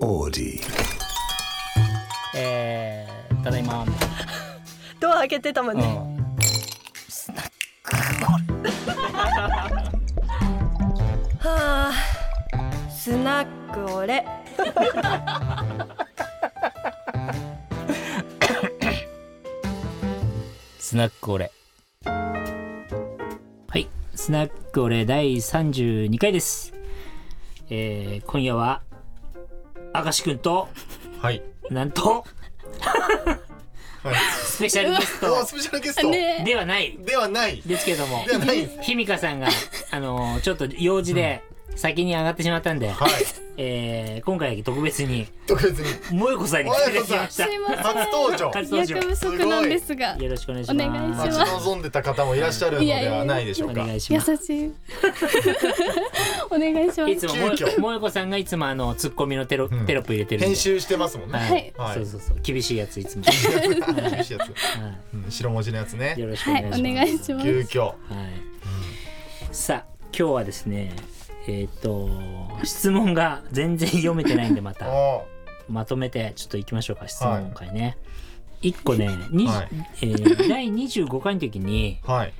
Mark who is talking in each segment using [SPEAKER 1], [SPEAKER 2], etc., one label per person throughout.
[SPEAKER 1] オーディ
[SPEAKER 2] えー、ただいま、
[SPEAKER 3] ドア開けてたもん
[SPEAKER 2] う
[SPEAKER 3] ね、
[SPEAKER 2] ん、
[SPEAKER 3] はあスナックオレ
[SPEAKER 2] スナックオレはいスナックオレ第32回ですえー、今夜は明石くんと
[SPEAKER 4] はい。
[SPEAKER 2] なんと
[SPEAKER 4] はい。
[SPEAKER 2] スペシャルゲス
[SPEAKER 4] お
[SPEAKER 2] ト
[SPEAKER 4] スペシャルゲス ト
[SPEAKER 5] ね
[SPEAKER 2] ではない
[SPEAKER 4] ではない。
[SPEAKER 2] ですけども
[SPEAKER 4] ではないです。
[SPEAKER 2] ひみかさんがあのーちょっと用事で先に上がってしまったんで、
[SPEAKER 4] はい。
[SPEAKER 2] えー、今回だけ特別に
[SPEAKER 4] 特別に
[SPEAKER 2] 萌子さんに来ていただきまし
[SPEAKER 5] す
[SPEAKER 2] た
[SPEAKER 5] いま
[SPEAKER 4] 初登場。
[SPEAKER 2] 初登
[SPEAKER 5] せん役
[SPEAKER 2] 場
[SPEAKER 5] 不足なんですが
[SPEAKER 2] よろしくお願いし
[SPEAKER 5] お願い
[SPEAKER 2] ま
[SPEAKER 5] し
[SPEAKER 2] す
[SPEAKER 5] ま
[SPEAKER 4] 待
[SPEAKER 5] す
[SPEAKER 4] ち望んでた方もいらっしゃるのではないでしょ
[SPEAKER 2] お
[SPEAKER 4] うか。
[SPEAKER 2] 願いし
[SPEAKER 5] 優
[SPEAKER 2] ます
[SPEAKER 5] しい お願いしま
[SPEAKER 2] いつ
[SPEAKER 5] す
[SPEAKER 2] も
[SPEAKER 4] 急
[SPEAKER 2] も
[SPEAKER 4] 遽
[SPEAKER 2] えもえこさんがいつもあのツッコミのテロ、
[SPEAKER 4] うん
[SPEAKER 2] テロップ入れてるんで
[SPEAKER 4] 編集してますもんね。
[SPEAKER 2] はい、
[SPEAKER 4] はい
[SPEAKER 2] そうそうそう厳しいやついつ も、
[SPEAKER 4] 厳しいやつ。
[SPEAKER 2] は
[SPEAKER 4] うん白文字のやつ
[SPEAKER 2] い、
[SPEAKER 4] ね。
[SPEAKER 2] よろしくお
[SPEAKER 5] はい
[SPEAKER 2] 願い
[SPEAKER 5] お
[SPEAKER 2] します,、
[SPEAKER 5] 願いします
[SPEAKER 4] 急遽。
[SPEAKER 2] はい、さあ今日はですねえっ、と質問が全然読めてないんでまた
[SPEAKER 4] お
[SPEAKER 2] まとめてちょっといきましょうか質問会ね、一1個ね、に
[SPEAKER 4] はい
[SPEAKER 2] えー第25回の時に
[SPEAKER 4] はい。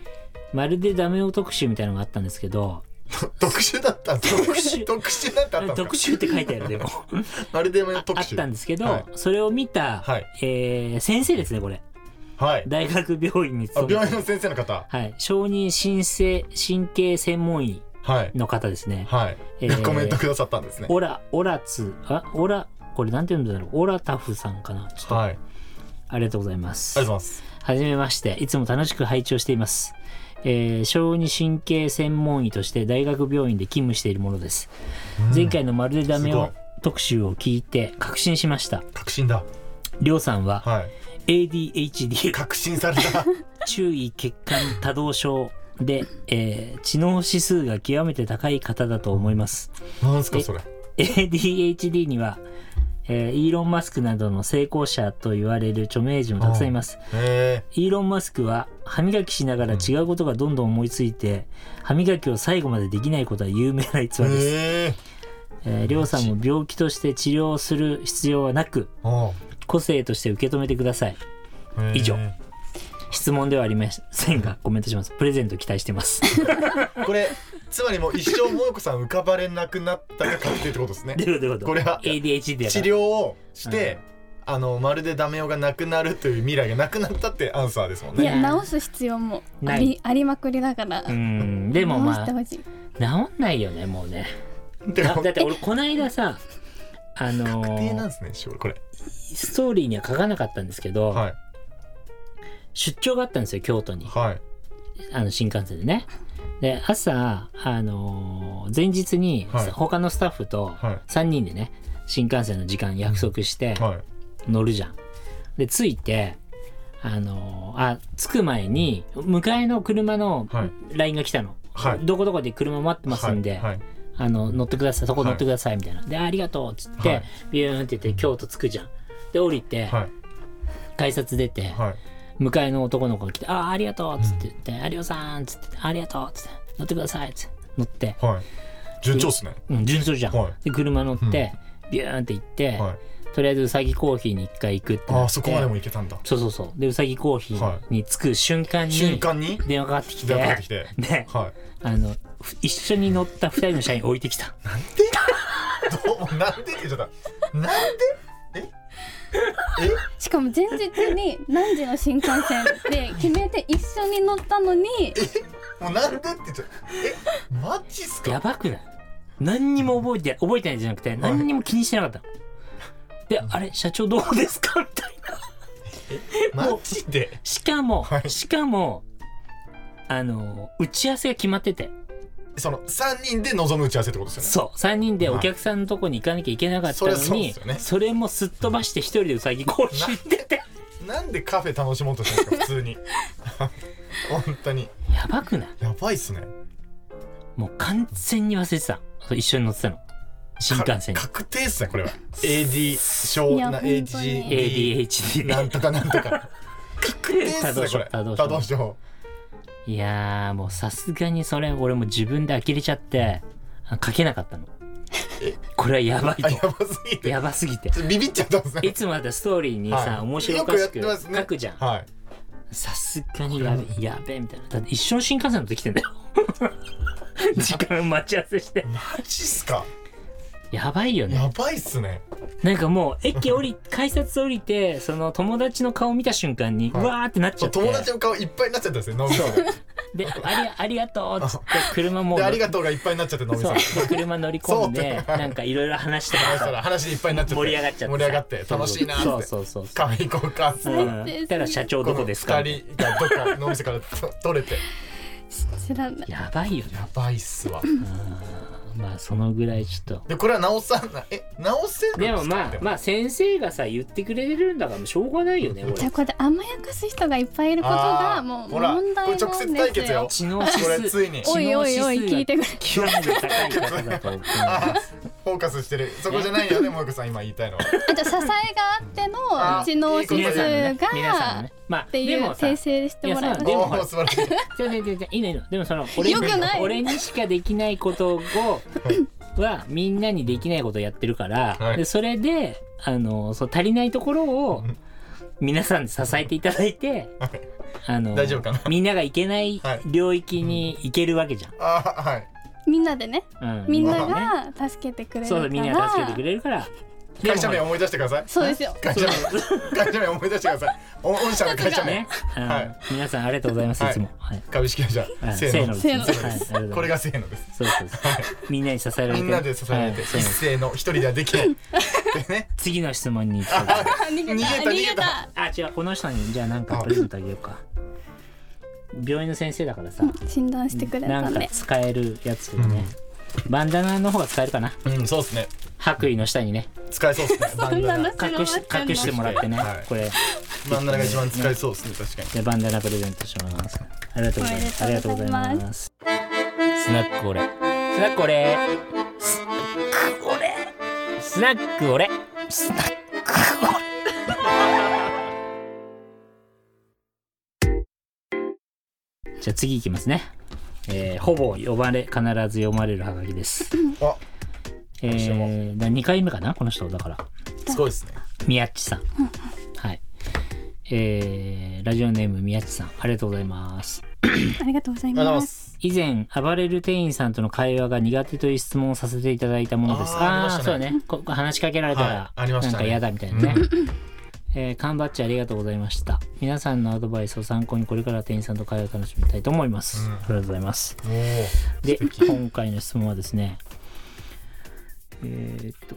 [SPEAKER 2] まるでダメ男特集みたいのがあったんですけど
[SPEAKER 4] 特殊だったんですか。
[SPEAKER 2] 特殊
[SPEAKER 4] 特殊だったんです
[SPEAKER 2] 特集って書いてあるでも
[SPEAKER 4] か。あれでも
[SPEAKER 2] あ
[SPEAKER 4] 特
[SPEAKER 2] っ
[SPEAKER 4] 集。
[SPEAKER 2] たんですけど、
[SPEAKER 4] はい
[SPEAKER 2] それを見た、
[SPEAKER 4] はい
[SPEAKER 2] えー先生ですねこれ
[SPEAKER 4] はい。
[SPEAKER 2] 大学病院に
[SPEAKER 4] あ
[SPEAKER 2] 勤め
[SPEAKER 4] 病
[SPEAKER 2] て
[SPEAKER 4] 院の先生の方。
[SPEAKER 2] はい、小児神経神経専門医
[SPEAKER 4] はい。
[SPEAKER 2] の方ですね。
[SPEAKER 4] はい
[SPEAKER 2] えー。
[SPEAKER 4] コメントくださったんですね。
[SPEAKER 2] オラオラツあオラこれなんて言うんだろうオラタフさんかなちょっと、
[SPEAKER 4] はい。ありが
[SPEAKER 2] ありがとうございます。
[SPEAKER 4] とうございます。
[SPEAKER 2] はじめまして、いつも楽しく拝聴しています。えー小児神経専門医として大学病院で勤務しているものです。前回のまるでダメ
[SPEAKER 4] すご
[SPEAKER 2] を
[SPEAKER 4] い
[SPEAKER 2] 特集を聞いて確信しました。
[SPEAKER 4] 確信だ。
[SPEAKER 2] りょうさんは
[SPEAKER 4] はい。
[SPEAKER 2] ADHD
[SPEAKER 4] 確信され た。
[SPEAKER 2] 注意欠陥多動症で、えー知能指数が極めて高い方だと思います。
[SPEAKER 4] なんですかそれ。
[SPEAKER 2] ADHD には、えーイーロン・マスクなどの成功者と言われる著名人もたくさんいます。
[SPEAKER 4] え
[SPEAKER 2] イーロン・マスクは歯磨きしながら違うことがどんどん思いついて、歯磨きを最後までできないことは有名な逸
[SPEAKER 4] え。
[SPEAKER 2] 話です。
[SPEAKER 4] ええ。
[SPEAKER 2] えーりょうさんも病気として治療する必要はなく、
[SPEAKER 4] ああ。
[SPEAKER 2] 個性として受け止めてください。
[SPEAKER 4] へー
[SPEAKER 2] 以上質問ではありませんが、コメントします。プレゼント期待して ます。
[SPEAKER 4] これつまりもう一生もよこさん浮かばれなくなったが確定って ことですね
[SPEAKER 2] どういうことど
[SPEAKER 4] こ
[SPEAKER 2] うい
[SPEAKER 4] れ
[SPEAKER 2] うこと
[SPEAKER 4] は
[SPEAKER 2] ADHD だか
[SPEAKER 4] 治
[SPEAKER 2] ら
[SPEAKER 4] 療をして、あのまるでダメ男がなくなるという未来がなくなったってアンサーですもん
[SPEAKER 5] い
[SPEAKER 4] ね
[SPEAKER 5] や直す必要もあ
[SPEAKER 2] ない
[SPEAKER 5] りありまくりだから
[SPEAKER 2] うん、でも
[SPEAKER 5] 直
[SPEAKER 2] ま
[SPEAKER 5] し
[SPEAKER 2] あ
[SPEAKER 5] て、ほしい
[SPEAKER 2] 治んないよね、もうね。
[SPEAKER 4] で
[SPEAKER 2] だ
[SPEAKER 4] も
[SPEAKER 2] だって俺この間さあの
[SPEAKER 4] 確定なん
[SPEAKER 2] ー
[SPEAKER 4] ですねしこれ
[SPEAKER 2] ストーリーには書かなかったんですけど、
[SPEAKER 4] はい
[SPEAKER 2] 出張があったんですよ京都に
[SPEAKER 4] はい
[SPEAKER 2] あの新幹線でねで朝、あのー前日に、
[SPEAKER 4] はい
[SPEAKER 2] 他のスタッフと
[SPEAKER 4] はい
[SPEAKER 2] 3人でね新幹線の時間約束して
[SPEAKER 4] はい
[SPEAKER 2] 乗るじゃん。で着いてあのーあ着く前に迎えの車の
[SPEAKER 4] はい
[SPEAKER 2] LINE が来たの、
[SPEAKER 4] はい
[SPEAKER 2] どこどこで車待ってますんで、
[SPEAKER 4] はい
[SPEAKER 2] あの乗ってくださいそこ乗ってくださいみたいな、でありがとうっつって、
[SPEAKER 4] はい
[SPEAKER 2] ビューンって言って京都着くじゃんで降りて、
[SPEAKER 4] はい
[SPEAKER 2] 改札出て、
[SPEAKER 4] はい
[SPEAKER 2] 向かいの男の子が来て「ああありがとう」っつって言って「有吉さん」っつって「ありがとう」っつって「乗ってください」っつって乗って、
[SPEAKER 4] はい順調っすね
[SPEAKER 2] うん、順調じゃん、
[SPEAKER 4] はい
[SPEAKER 2] で車乗って、ビューンって行って、
[SPEAKER 4] はい
[SPEAKER 2] とりあえずうさぎコーヒーに一回行くってなって
[SPEAKER 4] ああそこまでもいけたんだ
[SPEAKER 2] そうそうそうでうさぎコーヒーに着く瞬間に、
[SPEAKER 4] 瞬間に
[SPEAKER 2] 電話かかってきて
[SPEAKER 4] 電話かかってきて
[SPEAKER 2] で
[SPEAKER 4] はい
[SPEAKER 2] あのふ一緒に乗った2人の社員置いてきた
[SPEAKER 4] どうもなんでって言っちゃったなんで
[SPEAKER 5] しかも前日 に何時の新幹線で決めて一緒に乗ったのに
[SPEAKER 4] もうなんでって言っちゃったえマジっす
[SPEAKER 2] や
[SPEAKER 4] か
[SPEAKER 2] ばくない何にも覚えて覚えてないじゃなくて何にも気にしてなかったの、であれ社長どうですかみたいな
[SPEAKER 4] マジ で
[SPEAKER 2] しかも、
[SPEAKER 4] はい
[SPEAKER 2] しかも、あの、打ち合わせが決まってて、
[SPEAKER 4] その3人で望む打ち合わせってことですよね
[SPEAKER 2] そう、3人でお客さんのとこに行かなきゃいけなかったの
[SPEAKER 4] そりゃそう
[SPEAKER 2] に、
[SPEAKER 4] です
[SPEAKER 2] そ
[SPEAKER 4] よね
[SPEAKER 2] れもすっ飛ばして一人でうさぎコーヒー行ってて、
[SPEAKER 4] なんでカフェ楽しもうとしてるんですか普 通に本当に
[SPEAKER 2] やばくない
[SPEAKER 4] やばいっすね
[SPEAKER 2] もう完全に忘れてた。そう一緒に乗ってたの。新幹線に
[SPEAKER 4] か。確定っすねこれは AD 小
[SPEAKER 5] いや
[SPEAKER 4] な
[SPEAKER 5] 本当に
[SPEAKER 4] AD
[SPEAKER 2] ADHD
[SPEAKER 4] な
[SPEAKER 2] ね。
[SPEAKER 4] んとかなんとか確定っすねこれ
[SPEAKER 2] 多動症
[SPEAKER 4] 多動症
[SPEAKER 2] いやー、もうさすがにそれ、俺も自分で呆れちゃって、あ書けなかったの。これはやばい
[SPEAKER 4] あや
[SPEAKER 2] と
[SPEAKER 4] ばすぎて
[SPEAKER 2] やばすぎて
[SPEAKER 4] ちょっとビビっちゃったんです
[SPEAKER 2] い
[SPEAKER 4] ね
[SPEAKER 2] つもだったらストーリーにさ、
[SPEAKER 4] はい
[SPEAKER 2] 面白おかしく
[SPEAKER 4] よくやってますね
[SPEAKER 2] 書くじゃん
[SPEAKER 4] はい
[SPEAKER 2] さすがにやべやべみたいなだって一緒に新幹線乗ってきてんだよ 時間待ち合わせして
[SPEAKER 4] マジっすか
[SPEAKER 2] やばいよね
[SPEAKER 4] やばいっすね
[SPEAKER 2] なんかもう駅降り改札降りてその友達の顔見た瞬間に、
[SPEAKER 4] はいう
[SPEAKER 2] わーってなっちゃ
[SPEAKER 4] そう
[SPEAKER 2] って
[SPEAKER 4] 友達の顔いっぱいになっちゃったんですよ飲みさん
[SPEAKER 2] であり ありがとうっつって車も
[SPEAKER 4] でありがとうがいっぱいになっちゃって飲み
[SPEAKER 2] そ
[SPEAKER 4] さ
[SPEAKER 2] うんで車乗り込んで
[SPEAKER 4] そうだ
[SPEAKER 2] なんかいろいろ話して
[SPEAKER 4] そしたら話でいっぱいになっちゃって
[SPEAKER 2] 盛り上がっちゃってさ
[SPEAKER 4] 盛り上がって楽しいなー
[SPEAKER 2] そう
[SPEAKER 4] って
[SPEAKER 2] そうそうそう
[SPEAKER 4] カフェ行こうかっつって
[SPEAKER 5] そう
[SPEAKER 2] うんそしたら社長どこですか
[SPEAKER 4] の二人がどっか飲みせからと取れて
[SPEAKER 5] 知らない
[SPEAKER 2] やばいよな
[SPEAKER 4] やばいっすわ
[SPEAKER 2] まあそのぐらいちょっと
[SPEAKER 4] でこれは直さんなえ直せるん
[SPEAKER 2] です
[SPEAKER 4] か
[SPEAKER 2] もまあまあ先生がさ言ってくれるんだからしょうがないよね俺
[SPEAKER 5] じゃあこれで甘やかす人がいっぱいいること
[SPEAKER 4] あ
[SPEAKER 5] が
[SPEAKER 4] ー
[SPEAKER 5] もう
[SPEAKER 4] ほら
[SPEAKER 5] 問題
[SPEAKER 4] これ
[SPEAKER 5] な
[SPEAKER 4] 直
[SPEAKER 5] ん
[SPEAKER 4] 接対
[SPEAKER 5] です
[SPEAKER 4] 決
[SPEAKER 5] よ
[SPEAKER 4] よ
[SPEAKER 2] 知能指
[SPEAKER 4] これ
[SPEAKER 2] 数
[SPEAKER 4] ついに
[SPEAKER 5] おいおいおい
[SPEAKER 2] 知能指数が
[SPEAKER 5] 聞いてくれ
[SPEAKER 2] 極めて高い方だと思う
[SPEAKER 4] あフォーカスしてるそこじゃないよねもよこさん今言いたいのは
[SPEAKER 5] あじゃあ支えがあっての
[SPEAKER 4] あ
[SPEAKER 5] 知 能指
[SPEAKER 4] いい
[SPEAKER 5] 数
[SPEAKER 4] こと
[SPEAKER 5] が
[SPEAKER 4] だ
[SPEAKER 2] ね皆さんのねまあ
[SPEAKER 5] ってい
[SPEAKER 2] で
[SPEAKER 5] う
[SPEAKER 2] もさ
[SPEAKER 5] 訂正してもらいま
[SPEAKER 2] いや
[SPEAKER 5] し
[SPEAKER 2] でも
[SPEAKER 4] おー素晴らしい
[SPEAKER 2] 全然全然いいのいいのでもその俺
[SPEAKER 5] よくない
[SPEAKER 2] 俺にしかできないことをはみんなにできないことをやってるから、
[SPEAKER 4] はい
[SPEAKER 2] でそれであのそう足りないところを
[SPEAKER 4] うん
[SPEAKER 2] 皆さんで支えていただいて、
[SPEAKER 4] はい
[SPEAKER 2] あの
[SPEAKER 4] 大丈夫かな
[SPEAKER 2] みんなが行けない
[SPEAKER 4] はい
[SPEAKER 2] 領域に行けるわけじゃん。
[SPEAKER 4] あーはい
[SPEAKER 5] たみんなでね
[SPEAKER 2] うん
[SPEAKER 5] みんな
[SPEAKER 2] ね
[SPEAKER 5] が助けてくれるか
[SPEAKER 2] そうだ
[SPEAKER 5] ら
[SPEAKER 2] みんなが助けてくれるから
[SPEAKER 4] 会社名
[SPEAKER 2] でも
[SPEAKER 4] 思い出してください
[SPEAKER 5] そうですよ
[SPEAKER 4] 会社名会社名思い出してくださいお御社の会社名
[SPEAKER 2] ね、あの
[SPEAKER 4] はい
[SPEAKER 2] 皆さんありがとうございます、
[SPEAKER 4] はい
[SPEAKER 2] いつも、はい
[SPEAKER 4] 株式会社
[SPEAKER 2] はい、
[SPEAKER 4] せーの
[SPEAKER 2] せーの
[SPEAKER 5] せ
[SPEAKER 2] はいありがとうございます
[SPEAKER 4] これがせーのです
[SPEAKER 2] そうそうそう、みんなに支えられて
[SPEAKER 4] み
[SPEAKER 2] る
[SPEAKER 4] んなで支えられて
[SPEAKER 2] はい
[SPEAKER 4] 一
[SPEAKER 2] せーの
[SPEAKER 4] 斉の一人ではできないでね
[SPEAKER 2] 次の質問に行きたい
[SPEAKER 4] あ
[SPEAKER 5] 逃
[SPEAKER 4] 逃げた逃げた
[SPEAKER 2] あ違うこの人にじゃあなんかプレゼントあげようか病院の先生だからさ
[SPEAKER 5] 診断してくれ
[SPEAKER 2] な
[SPEAKER 5] た
[SPEAKER 2] ん
[SPEAKER 5] ん
[SPEAKER 2] か
[SPEAKER 5] で
[SPEAKER 2] 使えるやつをね、バンダナの方が使えるかな
[SPEAKER 4] うんそうですね
[SPEAKER 2] 白衣の下にね
[SPEAKER 4] 使えそうですねバンダナ
[SPEAKER 5] そんな
[SPEAKER 2] 隠し隠してもらってね、
[SPEAKER 4] はい
[SPEAKER 2] これ
[SPEAKER 4] バンダナが一番使えそうですね確かに
[SPEAKER 2] でバンダナプレゼントしますありがとうございます
[SPEAKER 5] お
[SPEAKER 2] あ
[SPEAKER 5] め
[SPEAKER 2] りがと
[SPEAKER 5] でと
[SPEAKER 2] う
[SPEAKER 5] う
[SPEAKER 2] ご
[SPEAKER 5] ご
[SPEAKER 2] ざ
[SPEAKER 5] ざ
[SPEAKER 2] い
[SPEAKER 5] い
[SPEAKER 2] ま
[SPEAKER 5] ます
[SPEAKER 2] スナックオレスナックオレスナックオレスナックオレスナックオレじゃあ次いきますね、えー、ほぼ呼ばれ必ず読まれるハガキです
[SPEAKER 4] あ
[SPEAKER 2] えー、だ2回目かなこの人だから
[SPEAKER 4] すごいですね
[SPEAKER 2] 宮地さん。はい。えー、ラジオネーム宮地さん、ありがとうございます。
[SPEAKER 5] ありがとうござい
[SPEAKER 4] ありがとうござい
[SPEAKER 5] ま
[SPEAKER 4] ますす
[SPEAKER 2] 以前、暴れる店員さんとの会話が苦手という質問をさせていただいたものです。
[SPEAKER 4] あーありましたね
[SPEAKER 2] そうねこ。話しかけられたら
[SPEAKER 4] は、いありまし
[SPEAKER 2] なん
[SPEAKER 4] たね
[SPEAKER 2] か嫌だみたいなね。えー、缶バッジありがとうございました。皆さんのアドバイスを参考にこれから店員さんと会話を楽しみたいと思います。
[SPEAKER 4] うん
[SPEAKER 2] ありがとうございます。
[SPEAKER 4] おー
[SPEAKER 2] で、今回の質問はですね、えーっと、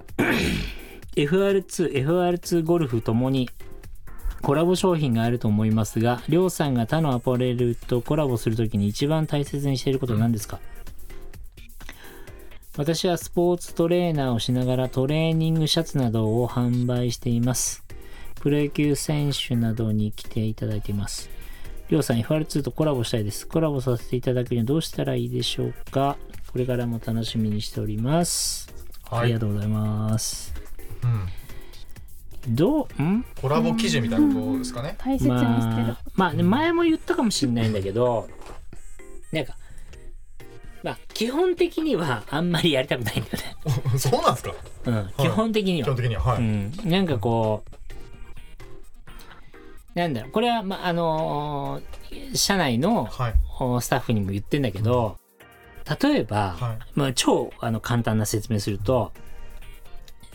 [SPEAKER 2] FR2、FR2 ゴルフともにコラボ商品があると思いますが、りょうさんが他のアパレルとコラボするときに一番大切にしていることは何ですか私はスポーツトレーナーをしながらトレーニングシャツなどを販売しています。プロ野球選手などに着ていただいています。りょうさん FR2 とコラボしたいです。コラボさせていただくにはどうしたらいいでしょうかこれからも楽しみにしております。
[SPEAKER 4] はい
[SPEAKER 2] ありがとうございます。
[SPEAKER 4] うん
[SPEAKER 2] どうん
[SPEAKER 4] コラボ記事みたいなことですかね
[SPEAKER 5] 大切にしてる
[SPEAKER 2] まあ、まあね、前も言ったかもしれないんだけど、なんか、まあ、基本的にはあんまりやりたくないんだよね。
[SPEAKER 4] おそうなんですか
[SPEAKER 2] うん、基本的には
[SPEAKER 4] 基本。的にはは
[SPEAKER 2] う
[SPEAKER 4] い
[SPEAKER 2] ん、なんかこう、なんだろう、これは、まあ、あのー社内の
[SPEAKER 4] はい
[SPEAKER 2] おスタッフにも言ってんだけど、例えば、
[SPEAKER 4] はい
[SPEAKER 2] まあ、超あの簡単な説明すると、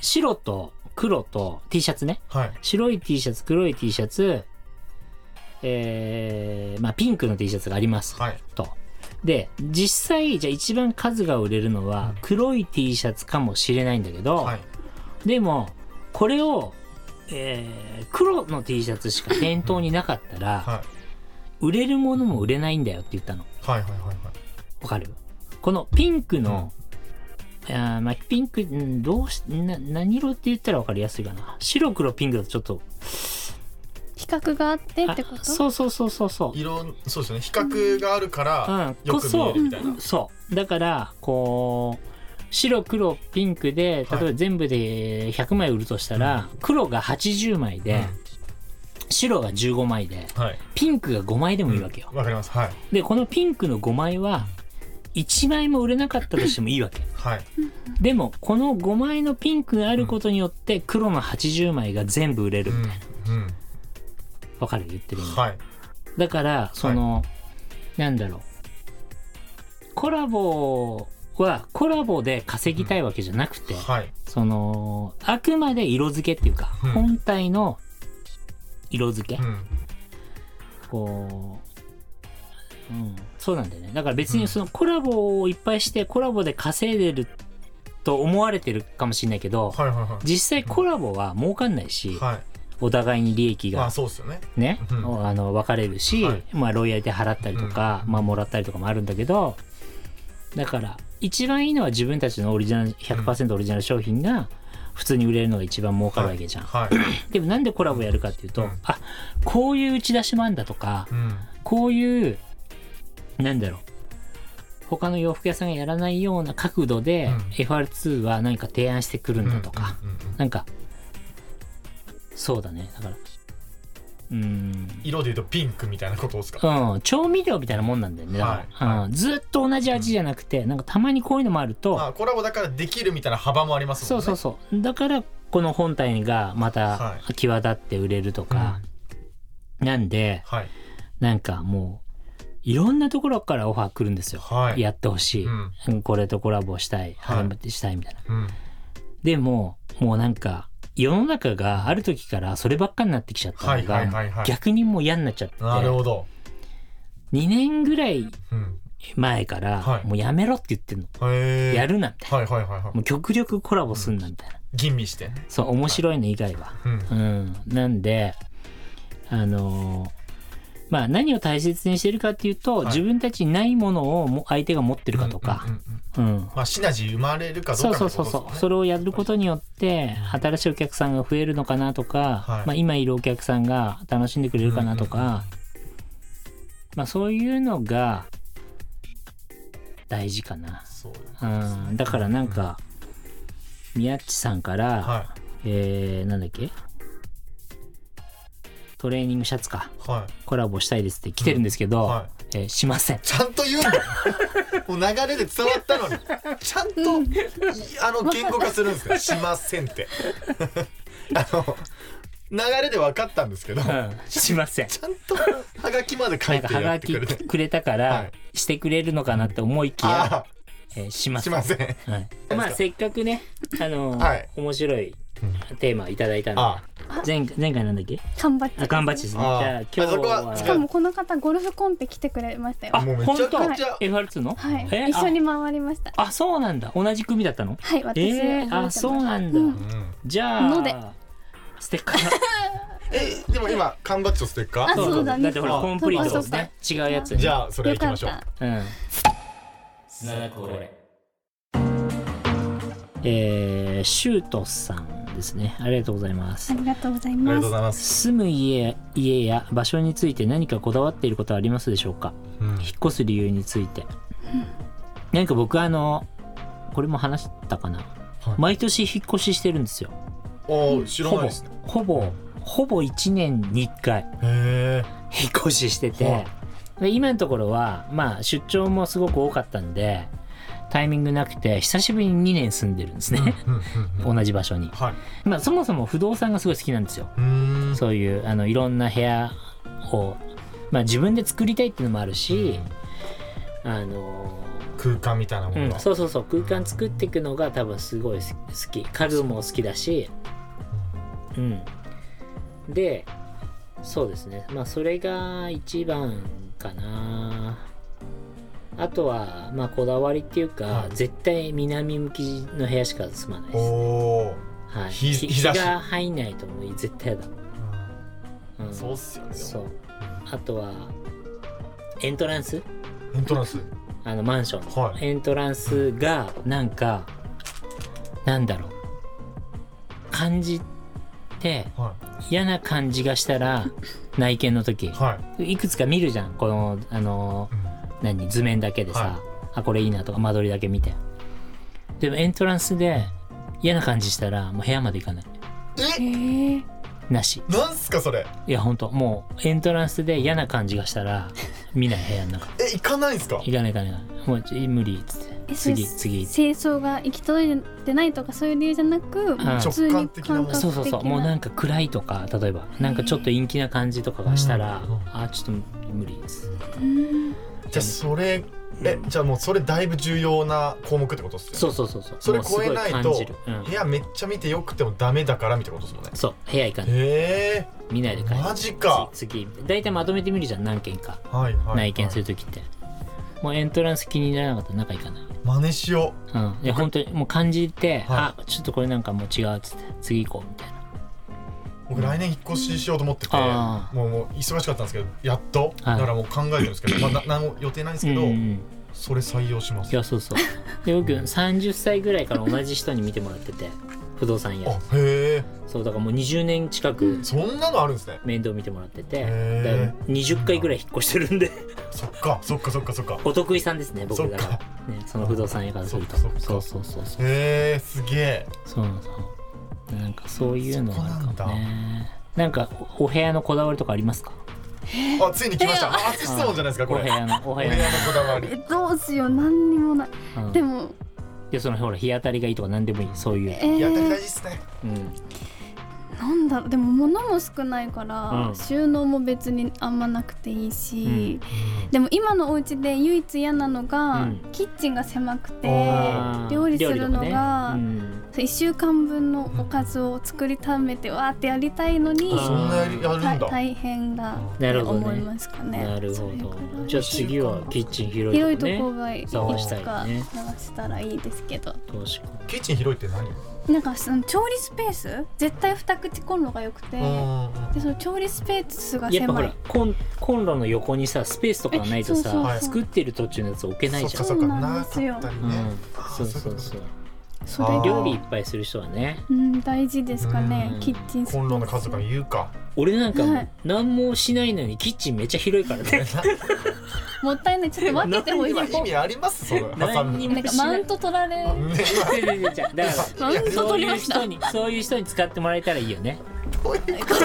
[SPEAKER 2] 白と黒と T シャツね。
[SPEAKER 4] はい
[SPEAKER 2] 白い T シャツ黒い T シャツ、えーまあ、ピンクの T シャツがあります、
[SPEAKER 4] はい
[SPEAKER 2] と。で実際じゃあ一番数が売れるのは黒い T シャツかもしれないんだけど、
[SPEAKER 4] はい
[SPEAKER 2] でもこれを、えー黒の T シャツしか店頭になかったら
[SPEAKER 4] はい
[SPEAKER 2] 売れるものも売れないんだよって言ったの。
[SPEAKER 4] はいはいはいはい
[SPEAKER 2] わかるこのピンクの、あーまあ、ピンク、うんどうしな、何色って言ったらわかりやすいかな。白黒ピンクだとちょっと。
[SPEAKER 5] 比較があってってこ
[SPEAKER 2] あ
[SPEAKER 5] と
[SPEAKER 2] そうそうそうそうそう。
[SPEAKER 4] 色そうですね比較があるか
[SPEAKER 2] うん
[SPEAKER 4] ら、よ
[SPEAKER 2] こ
[SPEAKER 4] く見
[SPEAKER 2] そ
[SPEAKER 4] えるみたいな
[SPEAKER 2] そうだからこう白黒ピンクで
[SPEAKER 4] はい
[SPEAKER 2] 例えば全部で100枚売るとしたら、黒が80枚で、白が15枚で
[SPEAKER 4] はい
[SPEAKER 2] ピンクが5枚でもいいわけよ、
[SPEAKER 4] わかりますはい
[SPEAKER 2] でこのピンクの5枚は1枚も売れなかったとしてもいいわけ
[SPEAKER 4] はい
[SPEAKER 2] でもこの5枚のピンクがあることによって黒の80枚が全部売れる
[SPEAKER 4] う
[SPEAKER 2] みたい
[SPEAKER 4] ん
[SPEAKER 2] なわかる言ってる
[SPEAKER 4] う
[SPEAKER 2] 意
[SPEAKER 4] ん
[SPEAKER 2] 味
[SPEAKER 4] はい
[SPEAKER 2] だからその、なんだろうコラボはコラボで稼ぎたいわけじゃなくて、
[SPEAKER 4] はい
[SPEAKER 2] そのあくまで色付けっていうか、
[SPEAKER 4] うん
[SPEAKER 2] 本体の色付け、
[SPEAKER 4] うん
[SPEAKER 2] こう、うん、そうなんだよねだから別にそのコラボをいっぱいしてコラボで稼いでると思われてるかもしれないけど、
[SPEAKER 4] はいはいは
[SPEAKER 2] 実際コラボは儲かんないし、
[SPEAKER 4] いは
[SPEAKER 2] お互いに利益
[SPEAKER 4] いまあ
[SPEAKER 2] が
[SPEAKER 4] そうですよね
[SPEAKER 2] ね、
[SPEAKER 4] うん
[SPEAKER 2] あの分かれるし、
[SPEAKER 4] はい
[SPEAKER 2] まあ、ロイヤリティ払ったりとか、
[SPEAKER 4] うん
[SPEAKER 2] まあ、もらったりとかもあるんだけどだから一番いいのは自分たちのオリジナル100%オリジナル商品が普通に売れるのが一番儲かるわけじゃん、
[SPEAKER 4] はい
[SPEAKER 2] でもなんでコラボやるかっていうと、
[SPEAKER 4] うん
[SPEAKER 2] あこういう打ち出しもあんだとか
[SPEAKER 4] うん
[SPEAKER 2] こういうなんだろう他の洋服屋さんがやらないような角度で、
[SPEAKER 4] うん
[SPEAKER 2] FR2 は何か提案してくるんだとか、
[SPEAKER 4] うんうんうん
[SPEAKER 2] なんかそうだねだからうーん
[SPEAKER 4] 色で言うとピンクみたいなことですか
[SPEAKER 2] うん、調味料みたいなもんなんだよねだから、
[SPEAKER 4] はいは
[SPEAKER 2] うん、ずっと同じ味じゃなくて、なんかたまにこういうのもあると、
[SPEAKER 4] まあコラボだからできるみたいな幅もあります
[SPEAKER 2] そ
[SPEAKER 4] も
[SPEAKER 2] う
[SPEAKER 4] んね
[SPEAKER 2] そうそうだからこの本体がまた
[SPEAKER 4] は
[SPEAKER 2] 際立って売れるとか、なんで
[SPEAKER 4] はい
[SPEAKER 2] なんかもういろんなところからオファー来るんですよ、
[SPEAKER 4] はい
[SPEAKER 2] やってほしい、
[SPEAKER 4] うん
[SPEAKER 2] うんこれとコラボしたい、
[SPEAKER 4] はい
[SPEAKER 2] あれしたいみたいな
[SPEAKER 4] うん
[SPEAKER 2] でももうなんか世の中がある時からそればっかになってきちゃったのが、
[SPEAKER 4] はいはいはいはい
[SPEAKER 2] 逆にもう嫌になっちゃって
[SPEAKER 4] なる
[SPEAKER 2] 2
[SPEAKER 4] ほど
[SPEAKER 2] 年ぐらい
[SPEAKER 4] うん
[SPEAKER 2] 前から、
[SPEAKER 4] はい
[SPEAKER 2] もうやめろって言ってんの、
[SPEAKER 4] へえ
[SPEAKER 2] やるなみたいな
[SPEAKER 4] はいはいはいは
[SPEAKER 2] もう極力コラボすんなみたいな、
[SPEAKER 4] い吟味してね
[SPEAKER 2] そう面白いの以外は、
[SPEAKER 4] うん
[SPEAKER 2] うんなんであのーまあ何を大切にしてるかっていうと、
[SPEAKER 4] い
[SPEAKER 2] 自分たちにないものをも相手が持ってるかとか
[SPEAKER 4] うんうんうんうん
[SPEAKER 2] うん、
[SPEAKER 4] まあシナジー生まれるかど
[SPEAKER 2] そうう
[SPEAKER 4] か
[SPEAKER 2] そう
[SPEAKER 4] の
[SPEAKER 2] そう
[SPEAKER 4] ことで
[SPEAKER 2] そう
[SPEAKER 4] すよね
[SPEAKER 2] それをやることによって新しいお客さんが増えるのかなとか、
[SPEAKER 4] はい
[SPEAKER 2] まあ、今いるお客さんが楽しんでくれるかなとか、
[SPEAKER 4] うんうんうん
[SPEAKER 2] まあ、そういうのが大事かな。
[SPEAKER 4] そう
[SPEAKER 2] うんだからなんか、宮地さんから、
[SPEAKER 4] は
[SPEAKER 2] えー、なんだっけトレーニングシャツか
[SPEAKER 4] いはい
[SPEAKER 2] コラボしたいですって来てるんですけど、
[SPEAKER 4] は
[SPEAKER 2] えーしませ ん
[SPEAKER 4] ちゃんと言うんだ よもう流れで伝わったのにちゃんと、いあ の言語化するんですよ「しません」って あの流れで分かったんですけど、
[SPEAKER 2] しません
[SPEAKER 4] ちゃんとハガキまで書
[SPEAKER 2] なん
[SPEAKER 4] い
[SPEAKER 2] か
[SPEAKER 4] て
[SPEAKER 2] ハ
[SPEAKER 4] や
[SPEAKER 2] ガ
[SPEAKER 4] って
[SPEAKER 2] キ
[SPEAKER 4] くれて
[SPEAKER 2] くれたから、
[SPEAKER 4] はい
[SPEAKER 2] してくれるのかなって思いきや、
[SPEAKER 4] あ
[SPEAKER 2] えーしま
[SPEAKER 4] あ
[SPEAKER 2] せん
[SPEAKER 4] しません
[SPEAKER 2] はい、まあせっかくねあのー
[SPEAKER 4] はい
[SPEAKER 2] 面白い
[SPEAKER 4] うん
[SPEAKER 2] テーマいただいたの
[SPEAKER 4] あ
[SPEAKER 2] で前前回なんだっけ
[SPEAKER 5] 頑張って
[SPEAKER 2] あ頑張っちですね
[SPEAKER 4] あ
[SPEAKER 2] じゃあ今日
[SPEAKER 4] あそこは
[SPEAKER 5] し
[SPEAKER 4] 違
[SPEAKER 5] か
[SPEAKER 2] は
[SPEAKER 5] もこの方ゴルフコンペ来てくれましたよ
[SPEAKER 2] あ
[SPEAKER 4] もうめ
[SPEAKER 2] 本
[SPEAKER 4] ちゃ
[SPEAKER 2] 当
[SPEAKER 4] くちゃ
[SPEAKER 2] FR2 の、
[SPEAKER 5] はい
[SPEAKER 2] え
[SPEAKER 5] 一緒に回りました
[SPEAKER 2] あそうなんだ同じ組だったの
[SPEAKER 5] はい私覚え
[SPEAKER 2] え
[SPEAKER 5] て
[SPEAKER 2] ー、あ
[SPEAKER 5] ます
[SPEAKER 2] そうなんだ、
[SPEAKER 5] う
[SPEAKER 4] うん
[SPEAKER 2] じゃあ
[SPEAKER 5] ので
[SPEAKER 2] ステッカー
[SPEAKER 4] えでも今缶バッジとステッカ
[SPEAKER 5] あ
[SPEAKER 4] ー
[SPEAKER 5] そうだね
[SPEAKER 2] ってほら
[SPEAKER 4] あ
[SPEAKER 2] コンプリート
[SPEAKER 5] そ
[SPEAKER 2] で
[SPEAKER 5] うか
[SPEAKER 2] す
[SPEAKER 5] そう
[SPEAKER 2] ね違うやつ
[SPEAKER 4] じ
[SPEAKER 2] あ
[SPEAKER 4] ゃあそれ
[SPEAKER 5] よ
[SPEAKER 4] 行き
[SPEAKER 5] か
[SPEAKER 4] ま
[SPEAKER 5] っ
[SPEAKER 4] しょう
[SPEAKER 5] た
[SPEAKER 2] うんこれえー、シュートさんですねありがとうございます
[SPEAKER 5] ありがとうござい
[SPEAKER 4] ありがとう
[SPEAKER 5] ま
[SPEAKER 4] ご
[SPEAKER 5] す
[SPEAKER 4] ざいます、
[SPEAKER 2] 住む家家や場所について何かこだわっていることはありますでしょうか
[SPEAKER 4] うん
[SPEAKER 2] 引っ越す理由についてなんか僕あのこれも話したかな、
[SPEAKER 4] はい
[SPEAKER 2] 毎年引っ越ししてるんですよ
[SPEAKER 4] おー知ら
[SPEAKER 2] ほ
[SPEAKER 4] ない
[SPEAKER 2] ぼ
[SPEAKER 4] ですね
[SPEAKER 2] ほぼほぼ1年に1回
[SPEAKER 4] へえ
[SPEAKER 2] 引っ越しして
[SPEAKER 4] は
[SPEAKER 2] てで今のところはまあ出張もすごく多かったんでタイミングなくて久しぶりに2年住んでるんですね、
[SPEAKER 4] うんうんうん
[SPEAKER 2] 同じ場所に、
[SPEAKER 4] はい
[SPEAKER 2] まあ、そもそも不動産がすごい好きなんですよ
[SPEAKER 4] うーん
[SPEAKER 2] そういうあのいろんな部屋を、まあ、自分で作りたいっていうのもあるし、あの
[SPEAKER 4] 空間みたいなも
[SPEAKER 2] う
[SPEAKER 4] の
[SPEAKER 2] ん、
[SPEAKER 4] が、
[SPEAKER 2] そうそうそう空間作っていくのが多分すごい好き好き家具も好きだしうんでそうですねまあそれが一番かなあとはまあこだわりっていうか、
[SPEAKER 4] はい
[SPEAKER 2] 絶対南向きの部屋しか住まないです、
[SPEAKER 4] おお
[SPEAKER 2] はい、
[SPEAKER 4] ひ
[SPEAKER 2] 日
[SPEAKER 4] 日差し
[SPEAKER 2] が入んないともう絶対やだ、うん、
[SPEAKER 4] そうっすよね
[SPEAKER 2] そうあとはエントランス
[SPEAKER 4] エントランス
[SPEAKER 2] あのマンションの、
[SPEAKER 4] はい
[SPEAKER 2] エントランスがなんかなんだろう感じて
[SPEAKER 4] は
[SPEAKER 2] 嫌な感じがしたら内見の時
[SPEAKER 4] いはい
[SPEAKER 2] くつか見るじゃんこのあの
[SPEAKER 4] い、うん
[SPEAKER 2] 何図面だけでさ、
[SPEAKER 4] はい
[SPEAKER 2] あこれいいなとか間取りだけ見てでもエントランスで嫌な感じしたらもう部屋まで行かない
[SPEAKER 4] え
[SPEAKER 5] へえ
[SPEAKER 2] なし
[SPEAKER 4] なんすかそれ
[SPEAKER 2] いやほんともうエントランスで嫌な感じがしたら見ない部屋の中
[SPEAKER 4] え行かないんですか
[SPEAKER 2] 行かない行かない行かないもうちょ無理っつって
[SPEAKER 5] えそれ
[SPEAKER 2] 次次
[SPEAKER 5] 清掃が行き届いてないとかそういう理由じゃなく
[SPEAKER 2] 直
[SPEAKER 5] 普通に
[SPEAKER 4] 感的なもの
[SPEAKER 5] 感覚的な
[SPEAKER 2] そうそうそうもうなんか暗いとか例えばなんかちょっと陰気な感じとかがしたら、あちょっと無理です
[SPEAKER 5] うん
[SPEAKER 4] じゃあそれえじゃあもうそれだいぶ重要な項目ってことですよね
[SPEAKER 2] そうそうそうそう
[SPEAKER 4] それ
[SPEAKER 2] もうすご
[SPEAKER 4] 超えない
[SPEAKER 2] 感
[SPEAKER 4] と
[SPEAKER 2] じるうん
[SPEAKER 4] 部屋めっちゃ見てよくてもダメだからみたいなことですもんね
[SPEAKER 2] そう部屋行かない
[SPEAKER 4] へえ
[SPEAKER 2] 見ないで帰る
[SPEAKER 4] マジか
[SPEAKER 2] 次次大体まとめてみるじゃん何件か
[SPEAKER 4] はいはい、はい、
[SPEAKER 2] 内見する時って、もうエントランス気に入らなかったら中行かない
[SPEAKER 4] 真似しよ
[SPEAKER 2] うん、いや本当にもう感じて、
[SPEAKER 4] は
[SPEAKER 2] あちょっとこれなんかもう違うっつって次行こうみたいな
[SPEAKER 4] う僕来年引っ越ししようと思ってて、
[SPEAKER 2] あー
[SPEAKER 4] もうもう忙しかったんですけどやっと、
[SPEAKER 2] はい
[SPEAKER 4] だからもう考えてるんですけど、まあ、な何も予定ないんですけど、
[SPEAKER 2] うんうんうん
[SPEAKER 4] それ採用します
[SPEAKER 2] いやそうそうで僕30歳ぐらいから同じ人に見てもらってて不動産屋
[SPEAKER 4] あへえ
[SPEAKER 2] そうだからもう20年近く
[SPEAKER 4] そんなのあるんですね
[SPEAKER 2] 面倒見てもらってて、
[SPEAKER 4] へ
[SPEAKER 2] だ
[SPEAKER 4] ー
[SPEAKER 2] から20回ぐらい引っ越してるんで
[SPEAKER 4] そっかそっかそっかそっか
[SPEAKER 2] お得意さんですね僕
[SPEAKER 4] そ
[SPEAKER 2] だ
[SPEAKER 4] っ
[SPEAKER 2] か、
[SPEAKER 4] から
[SPEAKER 2] ね、その不動産屋からすると
[SPEAKER 4] そっか
[SPEAKER 2] そ
[SPEAKER 4] そうっか
[SPEAKER 2] そうそうそう
[SPEAKER 4] へえすげえ
[SPEAKER 2] そうなんですよなんかそういうのがあるかも
[SPEAKER 4] そこ
[SPEAKER 2] ねなんかおお部屋のこだわりとかありますか
[SPEAKER 4] あついに来ましたあ初質問じゃないですかこれ
[SPEAKER 2] お部屋のお
[SPEAKER 4] お
[SPEAKER 2] 部
[SPEAKER 4] 部
[SPEAKER 2] 屋
[SPEAKER 4] 屋
[SPEAKER 2] の
[SPEAKER 4] のこだわり
[SPEAKER 5] えどうしよう何にもない、
[SPEAKER 2] うん
[SPEAKER 5] でも
[SPEAKER 2] いやそのほら日当たりがいいとか何でもいいそういう、
[SPEAKER 5] え
[SPEAKER 4] いや大事
[SPEAKER 5] ー、
[SPEAKER 4] ですね
[SPEAKER 2] うん、
[SPEAKER 5] なんだろうでも物も少ないから、
[SPEAKER 2] うん
[SPEAKER 5] 収納も別にあんまなくていいし、でも今のお家で唯一嫌なのが、
[SPEAKER 2] うん
[SPEAKER 5] キッチンが狭くて
[SPEAKER 4] あ
[SPEAKER 5] 料理するのが、
[SPEAKER 2] 料理とかねうん
[SPEAKER 5] 1週間分のおかずを作りためてわーってやりたいのに、
[SPEAKER 2] あ
[SPEAKER 4] そんなやるやるん
[SPEAKER 5] た
[SPEAKER 4] だ
[SPEAKER 5] 大変だ
[SPEAKER 2] なる
[SPEAKER 5] と
[SPEAKER 2] ほどね
[SPEAKER 5] 思いますかね。
[SPEAKER 2] なるほ
[SPEAKER 5] それく
[SPEAKER 2] ど
[SPEAKER 5] らい
[SPEAKER 2] じゃあ次はキッチン広
[SPEAKER 5] 広
[SPEAKER 2] い
[SPEAKER 5] い
[SPEAKER 2] と
[SPEAKER 5] と
[SPEAKER 2] こね
[SPEAKER 5] こがいくつ
[SPEAKER 2] そう
[SPEAKER 5] か探したらいいですけど、
[SPEAKER 2] 確か
[SPEAKER 4] キッチン広いって何
[SPEAKER 5] なんかその調理スペース絶対二口コンロが良くて、
[SPEAKER 4] うん
[SPEAKER 5] でその調理スペースが
[SPEAKER 2] にやっぱほ
[SPEAKER 5] 狭
[SPEAKER 2] ら
[SPEAKER 5] い。
[SPEAKER 2] コンコンロの横にさスペースとかがないと
[SPEAKER 5] えそう
[SPEAKER 4] そう
[SPEAKER 2] さ
[SPEAKER 4] そう
[SPEAKER 2] 作ってる途中のやつ置けないじゃん
[SPEAKER 4] そっかそっか
[SPEAKER 5] そうなん
[SPEAKER 4] な
[SPEAKER 5] ですよ
[SPEAKER 4] かったり
[SPEAKER 2] うん
[SPEAKER 4] ね、
[SPEAKER 2] そうそうそう
[SPEAKER 5] それ
[SPEAKER 4] あー
[SPEAKER 2] 料理いっぱいする人はね
[SPEAKER 5] うん大事ですかね
[SPEAKER 2] うん
[SPEAKER 5] キッチンスペース
[SPEAKER 4] コンロの数とか言うか
[SPEAKER 2] 俺なんかもう
[SPEAKER 5] はい
[SPEAKER 2] 何もしないのにキッチンめっちゃ広いからね
[SPEAKER 5] もったいないちょっと分けてもいい
[SPEAKER 4] 今意味ありますそれ挟
[SPEAKER 2] 何
[SPEAKER 4] む
[SPEAKER 2] に
[SPEAKER 5] なん
[SPEAKER 2] も
[SPEAKER 5] か
[SPEAKER 2] しな
[SPEAKER 5] マウ
[SPEAKER 2] い
[SPEAKER 5] ント取られ
[SPEAKER 4] ね
[SPEAKER 2] いやいやい やだから
[SPEAKER 5] マウント
[SPEAKER 2] そう
[SPEAKER 5] 取
[SPEAKER 2] いう
[SPEAKER 5] りました
[SPEAKER 2] 人にそういう人に使ってもらえたらいいよね
[SPEAKER 4] こういうこと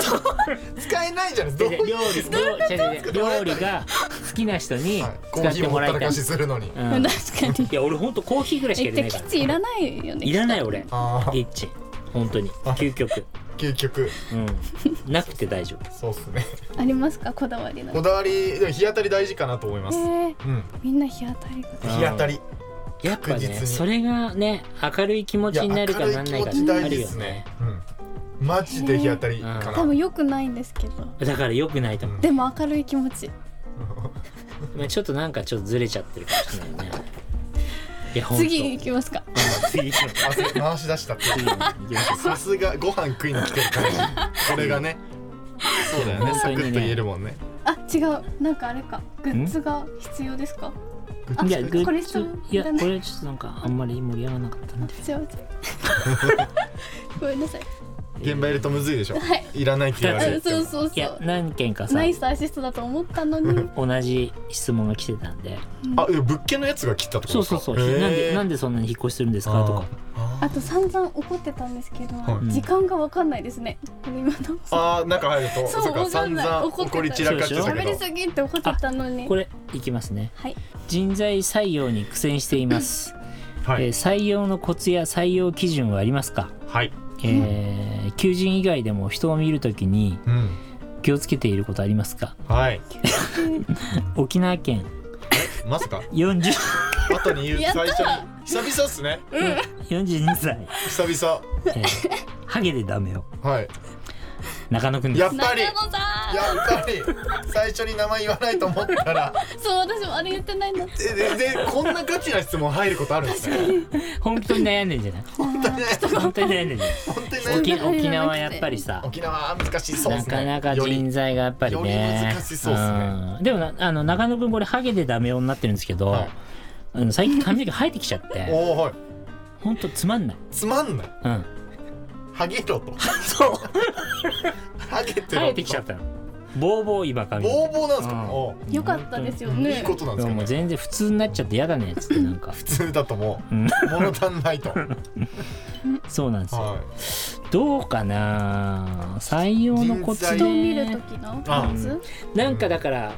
[SPEAKER 4] 使えないじゃないです
[SPEAKER 2] で
[SPEAKER 4] かどう
[SPEAKER 2] 料理料違う違う料理が好きな人に
[SPEAKER 4] はいコ
[SPEAKER 2] 使
[SPEAKER 4] ー
[SPEAKER 2] っ
[SPEAKER 4] ヒ
[SPEAKER 2] て
[SPEAKER 4] ーも
[SPEAKER 2] も
[SPEAKER 4] っ
[SPEAKER 2] ら
[SPEAKER 4] た
[SPEAKER 2] い
[SPEAKER 4] ら
[SPEAKER 2] たい、
[SPEAKER 4] かしするのに
[SPEAKER 2] うん
[SPEAKER 5] 確
[SPEAKER 2] い
[SPEAKER 5] かに
[SPEAKER 2] や俺ほんとコーヒーぐらいしか
[SPEAKER 5] え
[SPEAKER 2] 入れな
[SPEAKER 5] で
[SPEAKER 2] い
[SPEAKER 5] キ
[SPEAKER 2] か
[SPEAKER 5] ッチンいらないよ
[SPEAKER 2] ら
[SPEAKER 5] ね
[SPEAKER 2] いらない俺キ
[SPEAKER 4] あー
[SPEAKER 2] ッチン本当に
[SPEAKER 4] あ
[SPEAKER 2] 究極
[SPEAKER 4] 結局
[SPEAKER 2] うんなくて大丈夫
[SPEAKER 4] そうっすね
[SPEAKER 5] ありますかこだわりの
[SPEAKER 4] こだわりでも日当たり大事かなと思います、
[SPEAKER 5] えー
[SPEAKER 4] うん
[SPEAKER 5] みんな日当たりが
[SPEAKER 2] うん
[SPEAKER 4] 日当たり
[SPEAKER 2] やっぱ
[SPEAKER 4] 確実
[SPEAKER 2] ね
[SPEAKER 4] に
[SPEAKER 2] それがね明るい気持ちになるかなんないかってある
[SPEAKER 4] 大事で
[SPEAKER 2] よ
[SPEAKER 4] すね
[SPEAKER 2] ね、
[SPEAKER 4] うん、マジで日当たりかな、
[SPEAKER 5] 多分良くないんですけど
[SPEAKER 2] だから良くないと思う
[SPEAKER 5] でも明るい気持ち
[SPEAKER 2] まあちょっとなんかちょっとずれちゃってるかもしれないねいやほんと
[SPEAKER 5] 次行きますか
[SPEAKER 2] うん次行きましょう
[SPEAKER 4] 汗回し出したっていう
[SPEAKER 2] 次行きましょう
[SPEAKER 4] さすがご飯食いに来てる感じ これがねそうだよね
[SPEAKER 2] 本当
[SPEAKER 4] サ
[SPEAKER 2] にね
[SPEAKER 4] クッと言えるもんね
[SPEAKER 5] あ違うなんかあれかグッズが必要ですかあ
[SPEAKER 2] いや、グ
[SPEAKER 5] これ
[SPEAKER 2] ッ
[SPEAKER 5] 質
[SPEAKER 2] ズ
[SPEAKER 5] 問
[SPEAKER 2] いや、
[SPEAKER 5] だね
[SPEAKER 2] これちょっとなんかあんまり盛り上がらなかったんで。
[SPEAKER 5] す いませんごめんなさい
[SPEAKER 4] 現場いるとむずいでしょ、
[SPEAKER 5] はい
[SPEAKER 4] い、らないって言われ
[SPEAKER 5] あ
[SPEAKER 4] る
[SPEAKER 5] そうそう
[SPEAKER 2] い
[SPEAKER 5] そ
[SPEAKER 2] や
[SPEAKER 5] う、
[SPEAKER 2] 何件かさ
[SPEAKER 5] ナ、イスアシストだと思ったのに
[SPEAKER 2] 同じ質問が来てたんで。
[SPEAKER 4] あいや物件のやつが切ったってこと
[SPEAKER 2] そう
[SPEAKER 4] です
[SPEAKER 2] そ
[SPEAKER 4] か
[SPEAKER 2] うそう。なんで、なん
[SPEAKER 4] で
[SPEAKER 2] でそんなに引っ越しするんですかとか。
[SPEAKER 5] あと散々怒ってたんですけど、
[SPEAKER 4] はい
[SPEAKER 5] 時間がわかんないですねこれ今の
[SPEAKER 4] あー中入ると
[SPEAKER 5] そう
[SPEAKER 4] っか
[SPEAKER 5] わか
[SPEAKER 4] 散
[SPEAKER 5] んない
[SPEAKER 4] 々
[SPEAKER 5] 怒ってた
[SPEAKER 4] 怒り散らかってたけ
[SPEAKER 5] 喋り
[SPEAKER 4] ど
[SPEAKER 5] すぎって怒ってたのに
[SPEAKER 2] これ、いきますね。
[SPEAKER 5] はい
[SPEAKER 2] 人材採用に苦戦しています。
[SPEAKER 4] は
[SPEAKER 2] えー
[SPEAKER 4] い
[SPEAKER 2] 採用のコツや採用基準はありますか
[SPEAKER 4] はい
[SPEAKER 2] えー求人以外でも人を見るときに
[SPEAKER 4] うん
[SPEAKER 2] 気をつけていることありますか
[SPEAKER 4] はい
[SPEAKER 2] 沖縄県
[SPEAKER 4] えまさか
[SPEAKER 2] 40
[SPEAKER 4] 後に言う
[SPEAKER 5] やった
[SPEAKER 4] 最初に久々っすね
[SPEAKER 2] 42歳、
[SPEAKER 4] 久々
[SPEAKER 2] えーハゲでダメよ
[SPEAKER 4] はい
[SPEAKER 2] 中野くんです
[SPEAKER 4] やっぱり
[SPEAKER 5] 中野さん
[SPEAKER 4] やっぱり最初に名前言わないと思ったら
[SPEAKER 5] そう私もあれ言ってないんだ
[SPEAKER 4] でででこんなガチな質問入ることあるんですね
[SPEAKER 2] 本当に悩んでんじゃない
[SPEAKER 4] 本当にね
[SPEAKER 2] 本当に悩んでんじゃない
[SPEAKER 4] 本当に ね
[SPEAKER 2] 沖沖縄やっぱりさ、
[SPEAKER 4] 沖縄難しそうで
[SPEAKER 2] な
[SPEAKER 4] す
[SPEAKER 2] か
[SPEAKER 4] ね
[SPEAKER 2] なか
[SPEAKER 4] より
[SPEAKER 2] 人材がやっぱりね
[SPEAKER 4] より難しそうっすね
[SPEAKER 2] うんでもなあの中野くんこれハゲでダメ男になってるんですけど、
[SPEAKER 4] はい
[SPEAKER 2] あの最近髪の毛生えてきちゃっ
[SPEAKER 4] お
[SPEAKER 2] て
[SPEAKER 4] おはい
[SPEAKER 2] ほんとつまんない、
[SPEAKER 4] つまんない
[SPEAKER 2] うん、
[SPEAKER 4] ハゲろと
[SPEAKER 2] そう
[SPEAKER 4] ハゲてろと
[SPEAKER 2] 生えてきちゃったのボーボー今髪の毛
[SPEAKER 4] ボーボーなんですか
[SPEAKER 2] うん
[SPEAKER 4] ねお
[SPEAKER 5] よかったですよ
[SPEAKER 4] ういい
[SPEAKER 5] ね
[SPEAKER 4] ことなん
[SPEAKER 2] で
[SPEAKER 4] で
[SPEAKER 2] も
[SPEAKER 4] すか
[SPEAKER 2] もう
[SPEAKER 4] ね
[SPEAKER 2] 全然普通になっちゃってやだねっつってなんか
[SPEAKER 4] 普通だとも
[SPEAKER 2] うん
[SPEAKER 4] う物足 んないと
[SPEAKER 2] そうなんですよ
[SPEAKER 4] は
[SPEAKER 2] どうかな採用のコツ
[SPEAKER 4] 人
[SPEAKER 5] 人を
[SPEAKER 2] ね
[SPEAKER 5] 見る時の
[SPEAKER 4] あ
[SPEAKER 5] やつ
[SPEAKER 2] なんかだから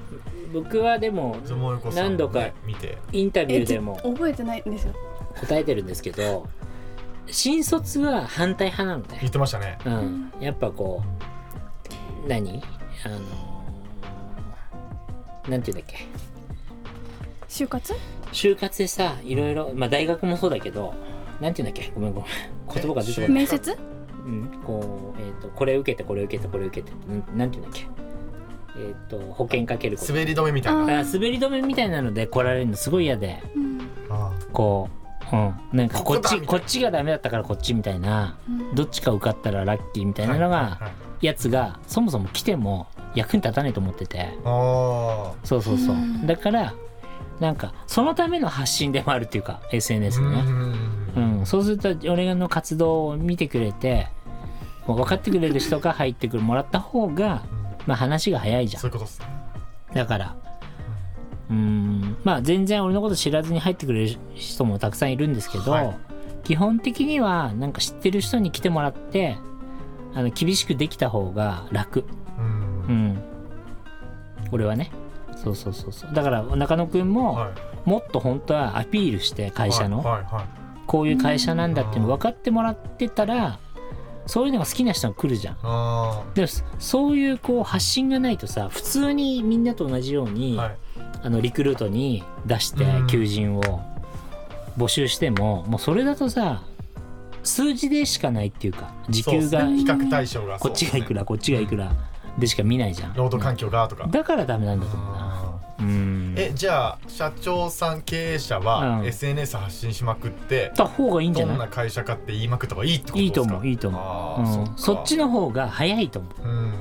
[SPEAKER 2] 僕はでも
[SPEAKER 4] 友子さん
[SPEAKER 2] 何度
[SPEAKER 4] を
[SPEAKER 2] か
[SPEAKER 4] ね見て
[SPEAKER 2] インタビュ
[SPEAKER 5] え
[SPEAKER 2] ー
[SPEAKER 5] ぜ
[SPEAKER 2] でも
[SPEAKER 5] 覚えてないんですよ
[SPEAKER 2] 答えてるんですけど新卒は反対派なのね
[SPEAKER 4] 言ってましたね
[SPEAKER 2] うん、やっぱこう何あのーなんていうんだっけ
[SPEAKER 5] 就活
[SPEAKER 2] 就活でさいろいろまあ大学もそうだけどなんていうんだっけごめんごめん言葉が出てこない、
[SPEAKER 5] 面接
[SPEAKER 2] うん、こうえっ、とこれ受けてこれ受けてこれ受けてなんなんていうんだっけえっ、と保険かけること
[SPEAKER 4] 滑り止めみたいな
[SPEAKER 2] あ滑り止めみたいなので来られるのすごい嫌で
[SPEAKER 5] うん
[SPEAKER 4] あ
[SPEAKER 2] こう、うん、なんかこっ
[SPEAKER 4] ここだ
[SPEAKER 2] ち
[SPEAKER 4] みたいな
[SPEAKER 2] こっちがダメだったからこっちみたいな
[SPEAKER 5] うん
[SPEAKER 2] どっちか受かったらラッキーみた
[SPEAKER 4] あ
[SPEAKER 2] いなのが、
[SPEAKER 4] はいはい
[SPEAKER 2] やつがそもそも来ても役に立たないと思ってて
[SPEAKER 4] あ
[SPEAKER 2] そうそうそう、
[SPEAKER 5] うん
[SPEAKER 2] だからなんかそのための発信でもあるっていうか SNS
[SPEAKER 4] ー
[SPEAKER 2] のね、う
[SPEAKER 4] うん
[SPEAKER 2] そうすると俺の活動を見てくれてこう分かってくれる人が入ってくるもらった方が、まあ、話が早いじゃ
[SPEAKER 4] そういうことっすね
[SPEAKER 2] んだからうんまあ全然俺のこと知らずに入ってくれる人もたくさんいるんですけど、
[SPEAKER 4] はい
[SPEAKER 2] 基本的にはなんか知ってる人に来てもらってあの厳しくできた方が楽
[SPEAKER 4] う
[SPEAKER 2] うんん俺はねそうそうそうそうだから中野くんも、
[SPEAKER 4] はい
[SPEAKER 2] もっと本当はアピールして会社の、
[SPEAKER 4] はいはいはい
[SPEAKER 2] こういう会社なんだっていうの分かってもらってたらそういうのが好きな人が来るじゃん
[SPEAKER 4] あ
[SPEAKER 2] でもそそういうこう発信がないとさ普通にみんなと同じよう
[SPEAKER 4] ー
[SPEAKER 2] に、
[SPEAKER 4] はい
[SPEAKER 2] あのリクルートに出して
[SPEAKER 4] うん
[SPEAKER 2] 求人を募集しても、もうそれだとさ数字でしかないっていうか時給
[SPEAKER 4] そう
[SPEAKER 2] が
[SPEAKER 4] っすね比較対象が
[SPEAKER 2] こっちがいくらこっちがいくらでしか見ないじゃん
[SPEAKER 4] 労働環境がとか
[SPEAKER 2] だからダメなんだと思うな。
[SPEAKER 4] あ
[SPEAKER 2] うん
[SPEAKER 4] ーえじゃあ社長さん経営者は
[SPEAKER 2] うん
[SPEAKER 4] SNS 発信しまくって
[SPEAKER 2] った方がいいんじゃ
[SPEAKER 4] どん
[SPEAKER 2] な
[SPEAKER 4] ない会社かって言いまくった方がいいってこと
[SPEAKER 2] い
[SPEAKER 4] で
[SPEAKER 2] い
[SPEAKER 4] すか
[SPEAKER 2] と思ういいと思
[SPEAKER 4] あ
[SPEAKER 2] う、うん
[SPEAKER 4] ー
[SPEAKER 2] そ
[SPEAKER 4] か
[SPEAKER 2] っちの方が早いと思う、
[SPEAKER 4] うん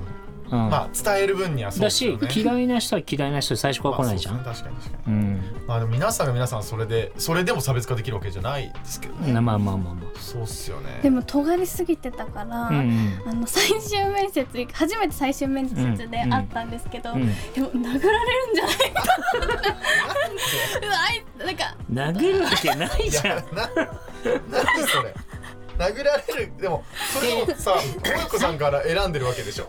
[SPEAKER 2] うん
[SPEAKER 4] まあ伝える分にはそう
[SPEAKER 2] だ
[SPEAKER 4] です
[SPEAKER 2] し
[SPEAKER 4] よね
[SPEAKER 2] 嫌いな人は嫌いな人で最初から来ないじゃん、
[SPEAKER 4] まあそうですね確かに確かに
[SPEAKER 2] うん
[SPEAKER 4] まあでも皆さんが皆さんそれでそれでも差別化できるわけじゃないですけどね、
[SPEAKER 2] まあまあまあまあま
[SPEAKER 4] そうっすよね
[SPEAKER 5] でも尖りすぎてたから、
[SPEAKER 2] あうん
[SPEAKER 5] あの最終面接行く初めて最終面接で会ったんですけど、
[SPEAKER 2] うんうん
[SPEAKER 5] でも殴られるんじゃないかうわあいなんか
[SPEAKER 2] 殴るわけない
[SPEAKER 4] い
[SPEAKER 2] じ
[SPEAKER 4] や
[SPEAKER 2] ゃん
[SPEAKER 4] な何それ殴られるでもそれをさ親子さんから選んでるわけでしょ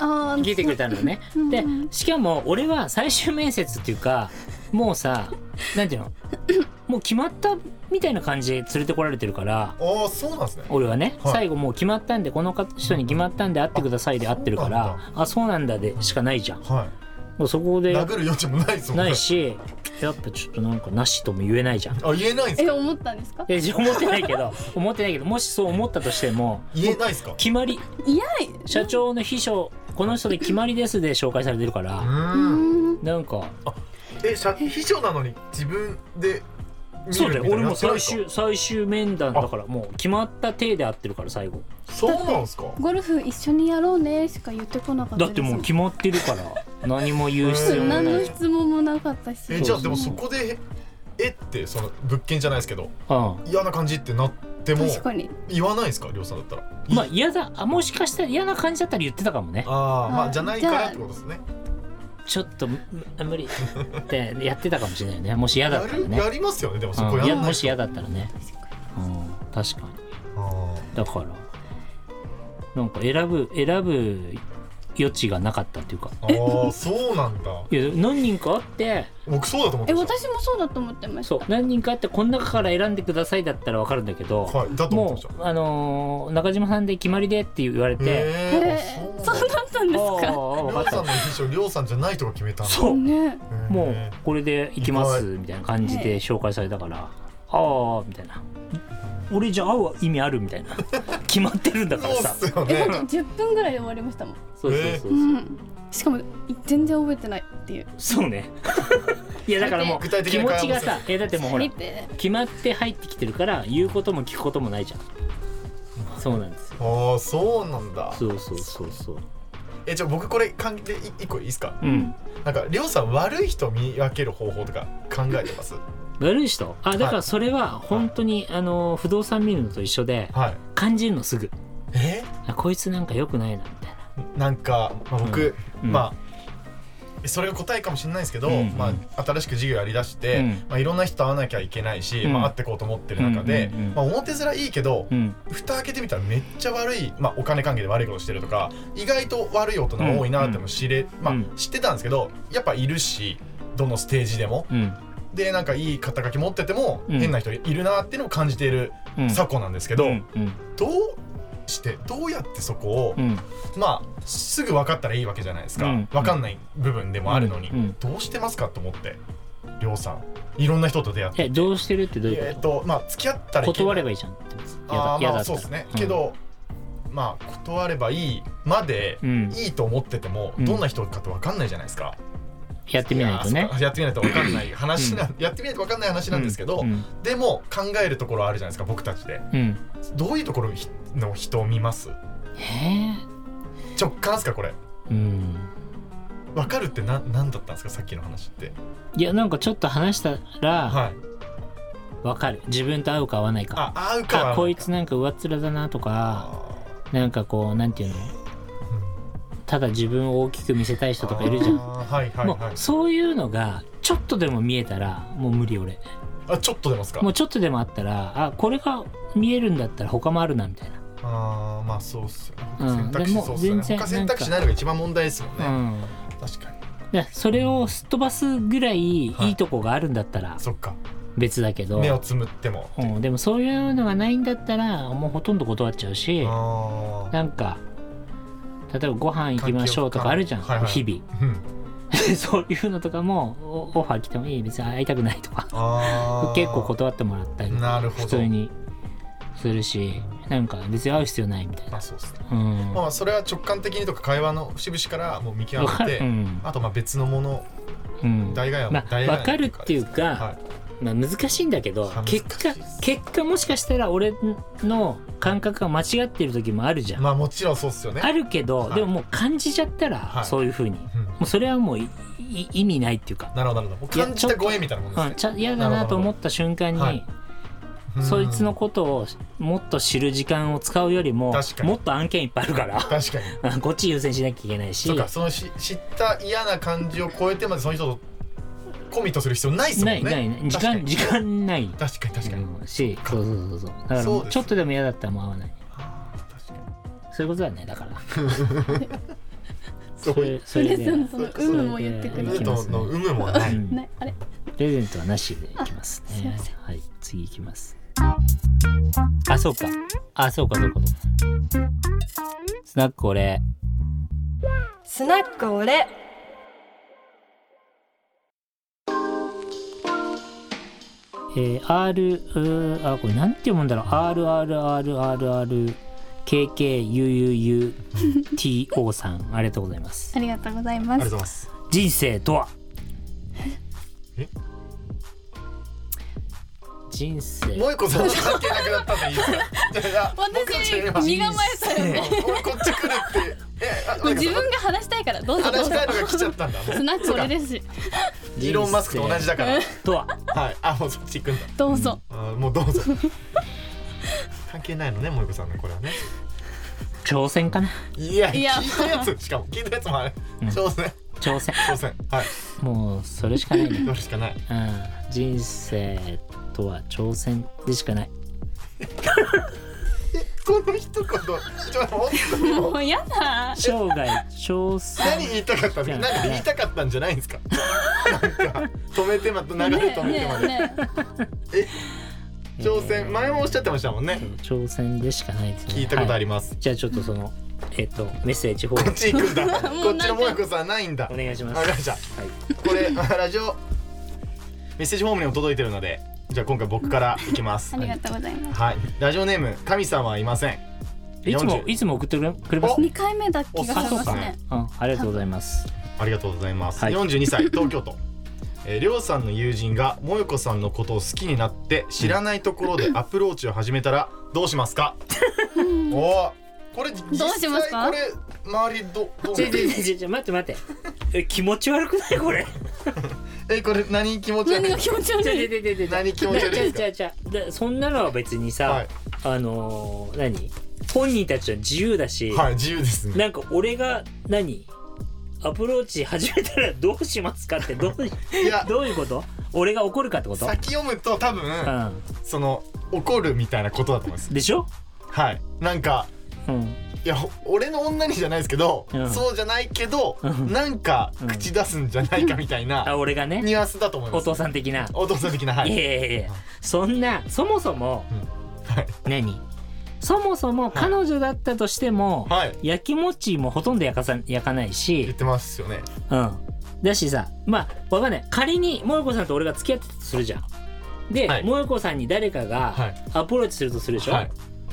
[SPEAKER 5] あー
[SPEAKER 2] 聞いてくれたのね
[SPEAKER 5] うん
[SPEAKER 2] でしかも俺は最終面接っていうかもうさなんていうのもう決まったみたいな感じで連れてこられてるから
[SPEAKER 4] ああそうなんですね
[SPEAKER 2] 俺はね、
[SPEAKER 4] はい
[SPEAKER 2] 最後もう決まったんでこの人に決まったんで会ってくださいで会ってるからあそうなんだでしかないじゃん
[SPEAKER 4] は
[SPEAKER 2] もうそこ
[SPEAKER 4] い
[SPEAKER 2] で
[SPEAKER 4] 殴る余地もないですもんね
[SPEAKER 2] ないしやっぱちょっとなんかなしとも言えないじゃん。い
[SPEAKER 4] あ言えないんです
[SPEAKER 5] え
[SPEAKER 4] か
[SPEAKER 5] 思ったんですか
[SPEAKER 2] や思ってないけど 思ってないけどもしそう思ったとしても
[SPEAKER 4] 言えないですか
[SPEAKER 2] 決まり
[SPEAKER 5] 嫌い
[SPEAKER 2] 社長の秘書この人で決まりですで紹介されてるか
[SPEAKER 4] う
[SPEAKER 2] ら
[SPEAKER 5] う
[SPEAKER 4] ーん
[SPEAKER 5] ーん
[SPEAKER 2] なんか
[SPEAKER 4] え社秘書なのに自分で見る
[SPEAKER 2] そうだよ
[SPEAKER 4] みたい
[SPEAKER 2] 俺も
[SPEAKER 4] なやつな
[SPEAKER 2] 最
[SPEAKER 4] いですか
[SPEAKER 2] 終最終面談だからもう決まった体で合ってるから最後
[SPEAKER 4] そうなんですか
[SPEAKER 5] ゴルフ一緒にやろうねしか言ってこなかった
[SPEAKER 2] だ
[SPEAKER 5] です
[SPEAKER 2] ってもう決まってるから何も言う必要もな
[SPEAKER 5] 何の
[SPEAKER 2] い、
[SPEAKER 5] 質問もなかったし
[SPEAKER 4] えじゃあでもそこでえってその物件じゃないですけど
[SPEAKER 2] う
[SPEAKER 4] 嫌な感じってなっても
[SPEAKER 5] 確かに
[SPEAKER 4] 言わないですかりょうさんだったら
[SPEAKER 2] ん、まあ嫌だあもしかしたら嫌な感じだったら言ってたかもね
[SPEAKER 4] ああま
[SPEAKER 5] あ
[SPEAKER 4] あ
[SPEAKER 5] ー
[SPEAKER 4] じゃないからってことですね
[SPEAKER 2] ちょっとむ無理ってやってたかもしれないよねもし嫌だ
[SPEAKER 4] や
[SPEAKER 2] ったら
[SPEAKER 4] る
[SPEAKER 2] ね
[SPEAKER 4] やりますよねでもそ
[SPEAKER 2] う
[SPEAKER 4] こ
[SPEAKER 2] ん
[SPEAKER 4] や
[SPEAKER 2] い
[SPEAKER 4] ら
[SPEAKER 2] や
[SPEAKER 4] ない
[SPEAKER 2] もし嫌だったらね、うん、確かに
[SPEAKER 4] あー
[SPEAKER 2] だからなんか選ぶ選ぶ余地がなかったっていうか
[SPEAKER 4] あーそうなんだ
[SPEAKER 2] いや何人かあって
[SPEAKER 4] 僕そうだと思っ
[SPEAKER 5] え
[SPEAKER 4] てました
[SPEAKER 5] 私もそうだと思ってまし
[SPEAKER 2] そう
[SPEAKER 5] た
[SPEAKER 2] 何人かあってこの中から選んでくださいだったらわかるんだけど、
[SPEAKER 4] はいだと思っ
[SPEAKER 2] も
[SPEAKER 4] てました
[SPEAKER 2] う、あのー中島さんで決まりでって言われて、
[SPEAKER 5] え
[SPEAKER 4] へ
[SPEAKER 5] ー
[SPEAKER 4] ー
[SPEAKER 5] そうだったん
[SPEAKER 2] あ
[SPEAKER 5] で
[SPEAKER 2] あ
[SPEAKER 5] す
[SPEAKER 2] ー
[SPEAKER 4] り
[SPEAKER 5] か
[SPEAKER 2] 分
[SPEAKER 4] ょ
[SPEAKER 2] か
[SPEAKER 4] う
[SPEAKER 2] っ
[SPEAKER 4] さ
[SPEAKER 2] た
[SPEAKER 4] んの秘書りょうさんじゃないとか決めたの
[SPEAKER 2] そう
[SPEAKER 5] ね
[SPEAKER 4] へー
[SPEAKER 2] もうこれで行きますみたいな感じで紹介されたから、ああみたいな俺じゃあ会う意味あるみたいな 決まってるんだから
[SPEAKER 4] そう
[SPEAKER 2] さ
[SPEAKER 4] っすよ
[SPEAKER 5] え
[SPEAKER 4] ね
[SPEAKER 5] だって10分ぐらいで終わりましたもん
[SPEAKER 2] そうそうそうそう、
[SPEAKER 5] うんしかも全然覚えてないっていう
[SPEAKER 2] そう ねいやだからも
[SPEAKER 4] 具体
[SPEAKER 2] う
[SPEAKER 4] 的
[SPEAKER 2] 気
[SPEAKER 4] な
[SPEAKER 2] 持
[SPEAKER 4] 会話
[SPEAKER 2] ち
[SPEAKER 4] も
[SPEAKER 2] がさえだってもうほら
[SPEAKER 5] 見て
[SPEAKER 2] 決まって入ってきてるから言うことも聞くこともないじゃんそうなんですよ
[SPEAKER 4] ああそうなんだ
[SPEAKER 2] そうそうそうそう
[SPEAKER 4] えじゃあ僕これ関係い一個いいですか
[SPEAKER 2] うん
[SPEAKER 4] なんかりょうさん悪い人見分ける方法とか考えてます
[SPEAKER 2] 悪い人あだか
[SPEAKER 4] は
[SPEAKER 2] ら
[SPEAKER 4] い
[SPEAKER 2] それは本当に、あの不動産見るのと一緒で
[SPEAKER 4] はい
[SPEAKER 2] 感じるのすぐ
[SPEAKER 4] え
[SPEAKER 2] あこいつなんか良くないなみたいな
[SPEAKER 4] なんか、まあ、僕、
[SPEAKER 2] うん
[SPEAKER 4] まあそれが答えかもしれないんですけど、
[SPEAKER 2] うん
[SPEAKER 4] まあ、新しく授業やりだして、
[SPEAKER 2] うん
[SPEAKER 4] まあ、いろんな人と会わなきゃいけないし、
[SPEAKER 2] うん
[SPEAKER 4] まあ、会ってこうと思ってる中で、
[SPEAKER 2] うんうんうん
[SPEAKER 4] まあ、表面いいけど、
[SPEAKER 2] うん
[SPEAKER 4] 蓋開けてみたらめっちゃ悪い、まあ、お金関係で悪いことしてるとか意外と悪い大人多いなってのも知れ、まあ
[SPEAKER 2] うん、
[SPEAKER 4] 知ってたんですけどやっぱいるしどのステージでも
[SPEAKER 2] うん
[SPEAKER 4] でなんかいい肩書き持ってても
[SPEAKER 2] うん
[SPEAKER 4] 変な人いるなっていうのを感じている
[SPEAKER 2] うん
[SPEAKER 4] 昨今なんですけど、
[SPEAKER 2] うんうん
[SPEAKER 4] どうしてどうやってそこを、
[SPEAKER 2] うん
[SPEAKER 4] まあすぐ分かったらいいわけじゃないですか、
[SPEAKER 2] うん
[SPEAKER 4] 分かんない部分でもあるのに、
[SPEAKER 2] うん
[SPEAKER 4] どうしてますかと思ってりょうさんいろんな人と出会って
[SPEAKER 2] えどうしてるってどういう
[SPEAKER 4] えっ
[SPEAKER 2] こと
[SPEAKER 4] まあ付き合ったらいけな
[SPEAKER 2] 断
[SPEAKER 4] い
[SPEAKER 2] ればいいじゃんって
[SPEAKER 4] あー
[SPEAKER 2] やだや
[SPEAKER 4] ま
[SPEAKER 2] だ
[SPEAKER 4] あ
[SPEAKER 2] った
[SPEAKER 4] そう
[SPEAKER 2] ら
[SPEAKER 4] ですね、
[SPEAKER 2] うん
[SPEAKER 4] けどまあ断ればいいまで、
[SPEAKER 2] うん
[SPEAKER 4] いいと思ってても、
[SPEAKER 2] うん
[SPEAKER 4] どんな人かって分かんないじゃないですか。
[SPEAKER 2] やってみないと
[SPEAKER 4] や
[SPEAKER 2] ね
[SPEAKER 4] ーそうやってみないと分かんない話な、やってみないと分かんない話なんですけど、
[SPEAKER 2] うん
[SPEAKER 4] でも考えるところあるじゃないですか僕たちで。
[SPEAKER 2] うん
[SPEAKER 4] どういうところひの人を見ます
[SPEAKER 2] え
[SPEAKER 4] 直感ですかこれ。
[SPEAKER 2] ーうん
[SPEAKER 4] 分かるってな何だったんですかさっきの話って。
[SPEAKER 2] いやなんかちょっと話したら
[SPEAKER 4] はい。
[SPEAKER 2] わかる自分と合うか合わないか
[SPEAKER 4] あ合うか合わない
[SPEAKER 2] あ
[SPEAKER 4] か
[SPEAKER 2] こいつなんか上っ面だなとか
[SPEAKER 4] あ
[SPEAKER 2] なんかこうなんていうの
[SPEAKER 4] ーうん
[SPEAKER 2] ただ自分を大きく見せたい人とかいるじゃん
[SPEAKER 4] あーはいはい
[SPEAKER 2] も。
[SPEAKER 4] はいう
[SPEAKER 2] そういうのがちょっとでも見えたらもう無理俺
[SPEAKER 4] あちょっと出ますか
[SPEAKER 2] も。うちょっとでもあったらあこれが見えるんだったら他もあるなみたいな
[SPEAKER 4] あーまあそうっすよね。
[SPEAKER 2] うん
[SPEAKER 4] 選択肢
[SPEAKER 2] でも
[SPEAKER 4] そうっすよ
[SPEAKER 2] 全
[SPEAKER 4] ね。
[SPEAKER 2] 然
[SPEAKER 4] 他選択肢ないのが一番問題ですもんね。
[SPEAKER 2] うん
[SPEAKER 4] 確かに。
[SPEAKER 2] でそれをすっ飛ばすぐらいい
[SPEAKER 4] はい
[SPEAKER 2] いとこがあるんだったら
[SPEAKER 4] そっか。
[SPEAKER 2] 別だけど、
[SPEAKER 4] 目をつむっても。
[SPEAKER 2] うん、でもそういうのがないんだったらもうほとんど断っちゃうし
[SPEAKER 4] ああ。
[SPEAKER 2] なんか例えばご飯行きましょうとかあるじゃん、
[SPEAKER 4] はいはい
[SPEAKER 2] 日々
[SPEAKER 4] うん
[SPEAKER 2] そういうのとかもおオファー来てもいい別に会いたくないとか
[SPEAKER 4] あー
[SPEAKER 2] 結構断ってもらったり
[SPEAKER 4] なるほど
[SPEAKER 2] 普通にするしなんか別に会う必要ないみたい
[SPEAKER 4] ま
[SPEAKER 2] な
[SPEAKER 4] あそうっすね。
[SPEAKER 2] うん
[SPEAKER 4] まあそれは直感的にとか会話の節々からもう見極
[SPEAKER 2] わか
[SPEAKER 4] め
[SPEAKER 2] る
[SPEAKER 4] て、
[SPEAKER 2] うん
[SPEAKER 4] あとまあ別のもの
[SPEAKER 2] うん
[SPEAKER 4] 大概は
[SPEAKER 2] まあ
[SPEAKER 4] 大概
[SPEAKER 2] わかるっていうか
[SPEAKER 4] は
[SPEAKER 2] まあ、難しいんだけど
[SPEAKER 4] 難しい
[SPEAKER 2] 結
[SPEAKER 4] っす
[SPEAKER 2] 果結果もしかしたら俺の感覚が間違ってる時もあるじゃ
[SPEAKER 4] い
[SPEAKER 2] ん、
[SPEAKER 4] まあもちろんそうっすよね。
[SPEAKER 2] あるけど、
[SPEAKER 4] はい
[SPEAKER 2] でももう感じちゃったら、
[SPEAKER 4] はい
[SPEAKER 2] そういうふうにも
[SPEAKER 4] うん
[SPEAKER 2] うそれはもういい意味ないっていうか、
[SPEAKER 4] なるほどなるほど。もう感じたご縁みたいなもんです
[SPEAKER 2] うん、
[SPEAKER 4] ね。
[SPEAKER 2] ちゃ嫌だなと思った瞬間に、
[SPEAKER 4] なるほうん
[SPEAKER 2] そいつのことをもっと知る時間を使うよりも
[SPEAKER 4] 確かに
[SPEAKER 2] もっと案件いっぱいあるか
[SPEAKER 4] 確かに。
[SPEAKER 2] ら こっち優先しなきゃいけないし
[SPEAKER 4] そうかそのし知った嫌な感じを超えてまでその人とコミットする必要ないっすもん
[SPEAKER 2] な
[SPEAKER 4] ね。
[SPEAKER 2] いないない時
[SPEAKER 4] 確か
[SPEAKER 2] 間
[SPEAKER 4] に
[SPEAKER 2] 時間ない
[SPEAKER 4] 確かに確かに。
[SPEAKER 2] うんしそうそうそうそうだから
[SPEAKER 4] そう
[SPEAKER 2] もう
[SPEAKER 4] ですね
[SPEAKER 2] ちょっとでも嫌だったらもう会わない
[SPEAKER 4] あー確かに。
[SPEAKER 2] そういうことだねだから
[SPEAKER 4] そう
[SPEAKER 2] それそ
[SPEAKER 5] そ
[SPEAKER 2] れ
[SPEAKER 5] れ
[SPEAKER 2] で
[SPEAKER 5] そのその
[SPEAKER 4] それ
[SPEAKER 5] 有無も言ってく
[SPEAKER 4] ル
[SPEAKER 5] れ
[SPEAKER 2] い
[SPEAKER 4] ー
[SPEAKER 2] き
[SPEAKER 5] る。
[SPEAKER 2] ます
[SPEAKER 4] ト
[SPEAKER 2] ね
[SPEAKER 4] の有無もない。
[SPEAKER 2] うん
[SPEAKER 5] ねあれ
[SPEAKER 2] プレゼントはなしでいきます
[SPEAKER 5] あすい
[SPEAKER 2] ね
[SPEAKER 5] ません。
[SPEAKER 2] はい、次いきます。あ、そうか。あ、そうか、そうか、そうか。スナック俺、
[SPEAKER 3] スナックオレ
[SPEAKER 2] えー、R、うーあ、これなんて読むんだろう。RRRRRKKUUUTO さん、ありがとうございます。
[SPEAKER 5] ありがとうござい
[SPEAKER 4] あ
[SPEAKER 5] ま
[SPEAKER 4] りがとうご
[SPEAKER 5] す
[SPEAKER 4] ざい。ます。
[SPEAKER 2] 人生とは
[SPEAKER 4] え
[SPEAKER 2] 人生。
[SPEAKER 4] もう一個その関係なくなったっていいですか。
[SPEAKER 5] 私身構えたよね。
[SPEAKER 4] もうこっち来るって。え、あなんか
[SPEAKER 5] 自分が話したいからどうぞどう
[SPEAKER 4] 話し
[SPEAKER 5] ぞ
[SPEAKER 4] たいのが来ちゃった んだ。もう
[SPEAKER 5] スナック俺ですし
[SPEAKER 4] イーロンマスクと同じだから。
[SPEAKER 2] とは
[SPEAKER 4] はい。あ、もうそっち行くんだ。
[SPEAKER 5] どうぞ
[SPEAKER 4] あーもうどうぞ。 関係ないのね、もう一個さんのこれはね。
[SPEAKER 2] 挑戦かない
[SPEAKER 4] や、
[SPEAKER 5] いや
[SPEAKER 4] 聞いたやつ、しかも聞いたやつもあれ
[SPEAKER 2] うん。
[SPEAKER 4] そうですね。
[SPEAKER 2] 挑戦。
[SPEAKER 4] そうですね。はい。
[SPEAKER 2] もう、それしかないね。
[SPEAKER 4] どれしかない。
[SPEAKER 2] うん、人生とは挑戦でしかない。
[SPEAKER 4] この一言、ちょっと待って本当にも
[SPEAKER 5] も
[SPEAKER 4] う
[SPEAKER 5] うやだ
[SPEAKER 2] 生涯挑戦
[SPEAKER 4] 何言いたかったんですか。何か言いたかったんじゃないんですか。なんか止めてまた流れ
[SPEAKER 5] ね
[SPEAKER 4] 止めて
[SPEAKER 5] ね
[SPEAKER 4] まで。
[SPEAKER 5] ね
[SPEAKER 4] 挑戦、前もおっしゃってましたもんね。
[SPEAKER 2] 挑戦でしかないですね。
[SPEAKER 4] 聞いたことあり
[SPEAKER 2] ま
[SPEAKER 4] ます。
[SPEAKER 2] す。じゃあちょっとそのえっ、とメッセージ方
[SPEAKER 4] こっち行くんだ。
[SPEAKER 5] もう
[SPEAKER 4] こっち
[SPEAKER 5] な
[SPEAKER 4] の
[SPEAKER 5] んか
[SPEAKER 4] もやこさんないんだ
[SPEAKER 2] お。願いします。
[SPEAKER 4] わかりました。これあラジオメッセージフォームにも届いてるので、じゃあ今回僕からいきます
[SPEAKER 5] あ。りがとうございます
[SPEAKER 4] はい。ラジオネーム神様はいません。
[SPEAKER 2] いつも
[SPEAKER 4] 40
[SPEAKER 2] いつも送ってくれくれますね。
[SPEAKER 5] 二回目だっけがしますね
[SPEAKER 2] うん、ありがとうございます。
[SPEAKER 4] ありがとうございます。
[SPEAKER 2] はい
[SPEAKER 4] 42歳東京都。えー、りょうさんの友人がもよこさんのことを好きになって知らないところでアプローチを始めたらどうしますか、おおこれど
[SPEAKER 5] どうしますか
[SPEAKER 4] これ周りどどう
[SPEAKER 2] ちょちょちょちょ待って待って。え気持ち悪くないこれ。
[SPEAKER 4] えこれ何気持ち悪
[SPEAKER 5] 何
[SPEAKER 4] い
[SPEAKER 5] が気持ち
[SPEAKER 2] ちょ
[SPEAKER 5] 悪
[SPEAKER 2] ちょ
[SPEAKER 5] い
[SPEAKER 2] ちょちょちょ。
[SPEAKER 4] 何気持ち悪いですか
[SPEAKER 2] ちょちょちょだそんなのは別にさ、
[SPEAKER 4] はい
[SPEAKER 2] あのー何本人たちは自由だし。
[SPEAKER 4] はい自由ですね
[SPEAKER 2] なんか俺が何アプローチ始めたらどうしますかってどうい
[SPEAKER 4] いや
[SPEAKER 2] どういうこと俺が怒るかってこと、
[SPEAKER 4] 先読むと多分、
[SPEAKER 2] う
[SPEAKER 4] その怒るみたいなことだと思います
[SPEAKER 2] ん、でしょ、
[SPEAKER 4] はいなんか
[SPEAKER 2] うん、
[SPEAKER 4] いやほ俺の女にじゃないですけど、
[SPEAKER 2] うん
[SPEAKER 4] そうじゃないけど、
[SPEAKER 2] うん
[SPEAKER 4] なんか
[SPEAKER 2] うん
[SPEAKER 4] 口出すんじゃないかみたいな
[SPEAKER 2] あ俺がね
[SPEAKER 4] ニュアンスだと思いま
[SPEAKER 2] お
[SPEAKER 4] す
[SPEAKER 2] 父さん的な、、
[SPEAKER 4] お父さん的なはい
[SPEAKER 2] や
[SPEAKER 4] い
[SPEAKER 2] いやいやそんなそもそも、
[SPEAKER 4] はい
[SPEAKER 2] 何そもそも彼女だったとしても、
[SPEAKER 4] はい
[SPEAKER 2] 焼きもちもほとんど焼かさ焼かない
[SPEAKER 4] 言っ
[SPEAKER 2] し、
[SPEAKER 4] てますよね
[SPEAKER 2] うん、だしさまあわかんない仮に萌子さんと俺が付き合ってたとするじゃん。で、
[SPEAKER 4] はい
[SPEAKER 2] 萌子さんに誰か
[SPEAKER 4] は
[SPEAKER 2] が
[SPEAKER 4] い
[SPEAKER 2] アプローチするとするでしょ、
[SPEAKER 4] はい、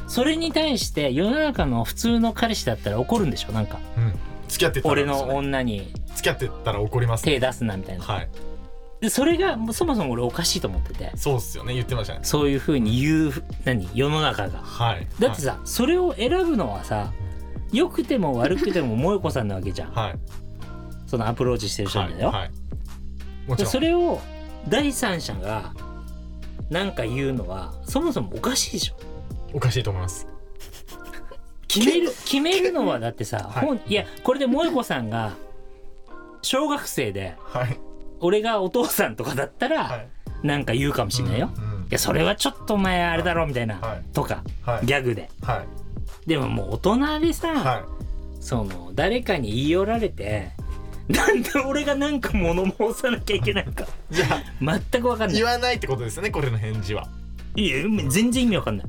[SPEAKER 2] それに対して世の中の普通の彼氏だったら怒るんでしょなんか
[SPEAKER 4] うん、付き合ってたら
[SPEAKER 2] 俺の女に
[SPEAKER 4] 付き合ってたら怒ります
[SPEAKER 2] 手
[SPEAKER 4] ね
[SPEAKER 2] 出すなみたいな、
[SPEAKER 4] はい
[SPEAKER 2] でそれがもうそもそも俺おかしいと思ってて
[SPEAKER 4] そうっすよね言ってましたね
[SPEAKER 2] そういうふうに言う何世の中が
[SPEAKER 4] はい
[SPEAKER 2] だってさ、それを選ぶのはさ良くても悪くても萌子さんなわけじゃん
[SPEAKER 4] はい
[SPEAKER 2] そのアプローチしてる人
[SPEAKER 4] は
[SPEAKER 2] ないんだよ、
[SPEAKER 4] はいもち
[SPEAKER 2] で
[SPEAKER 4] ろん
[SPEAKER 2] それを第三者がなんか言うのはそもそもおかしいでしょ
[SPEAKER 4] おかしいと思います
[SPEAKER 2] 決める決めるのはだってさ、
[SPEAKER 4] はい
[SPEAKER 2] 本いやこれで萌子さんが小学生で
[SPEAKER 4] はい
[SPEAKER 2] 俺がお父さんとかだった
[SPEAKER 4] は
[SPEAKER 2] ら
[SPEAKER 4] い
[SPEAKER 2] なんか言うかもしれないよ、
[SPEAKER 4] うんうん
[SPEAKER 2] いやそれはちょっとお前あれだろみたいな、
[SPEAKER 4] はい
[SPEAKER 2] とか
[SPEAKER 4] はい
[SPEAKER 2] ギャグで
[SPEAKER 4] はい
[SPEAKER 2] でももう大人でさ、
[SPEAKER 4] は
[SPEAKER 2] その誰かに言い寄られてなんで俺がなんか物申さなきゃいけないか
[SPEAKER 4] いじゃあ
[SPEAKER 2] 全く分かんない
[SPEAKER 4] 言わないってことですよねこれの返事はい
[SPEAKER 2] や全然意味分かんない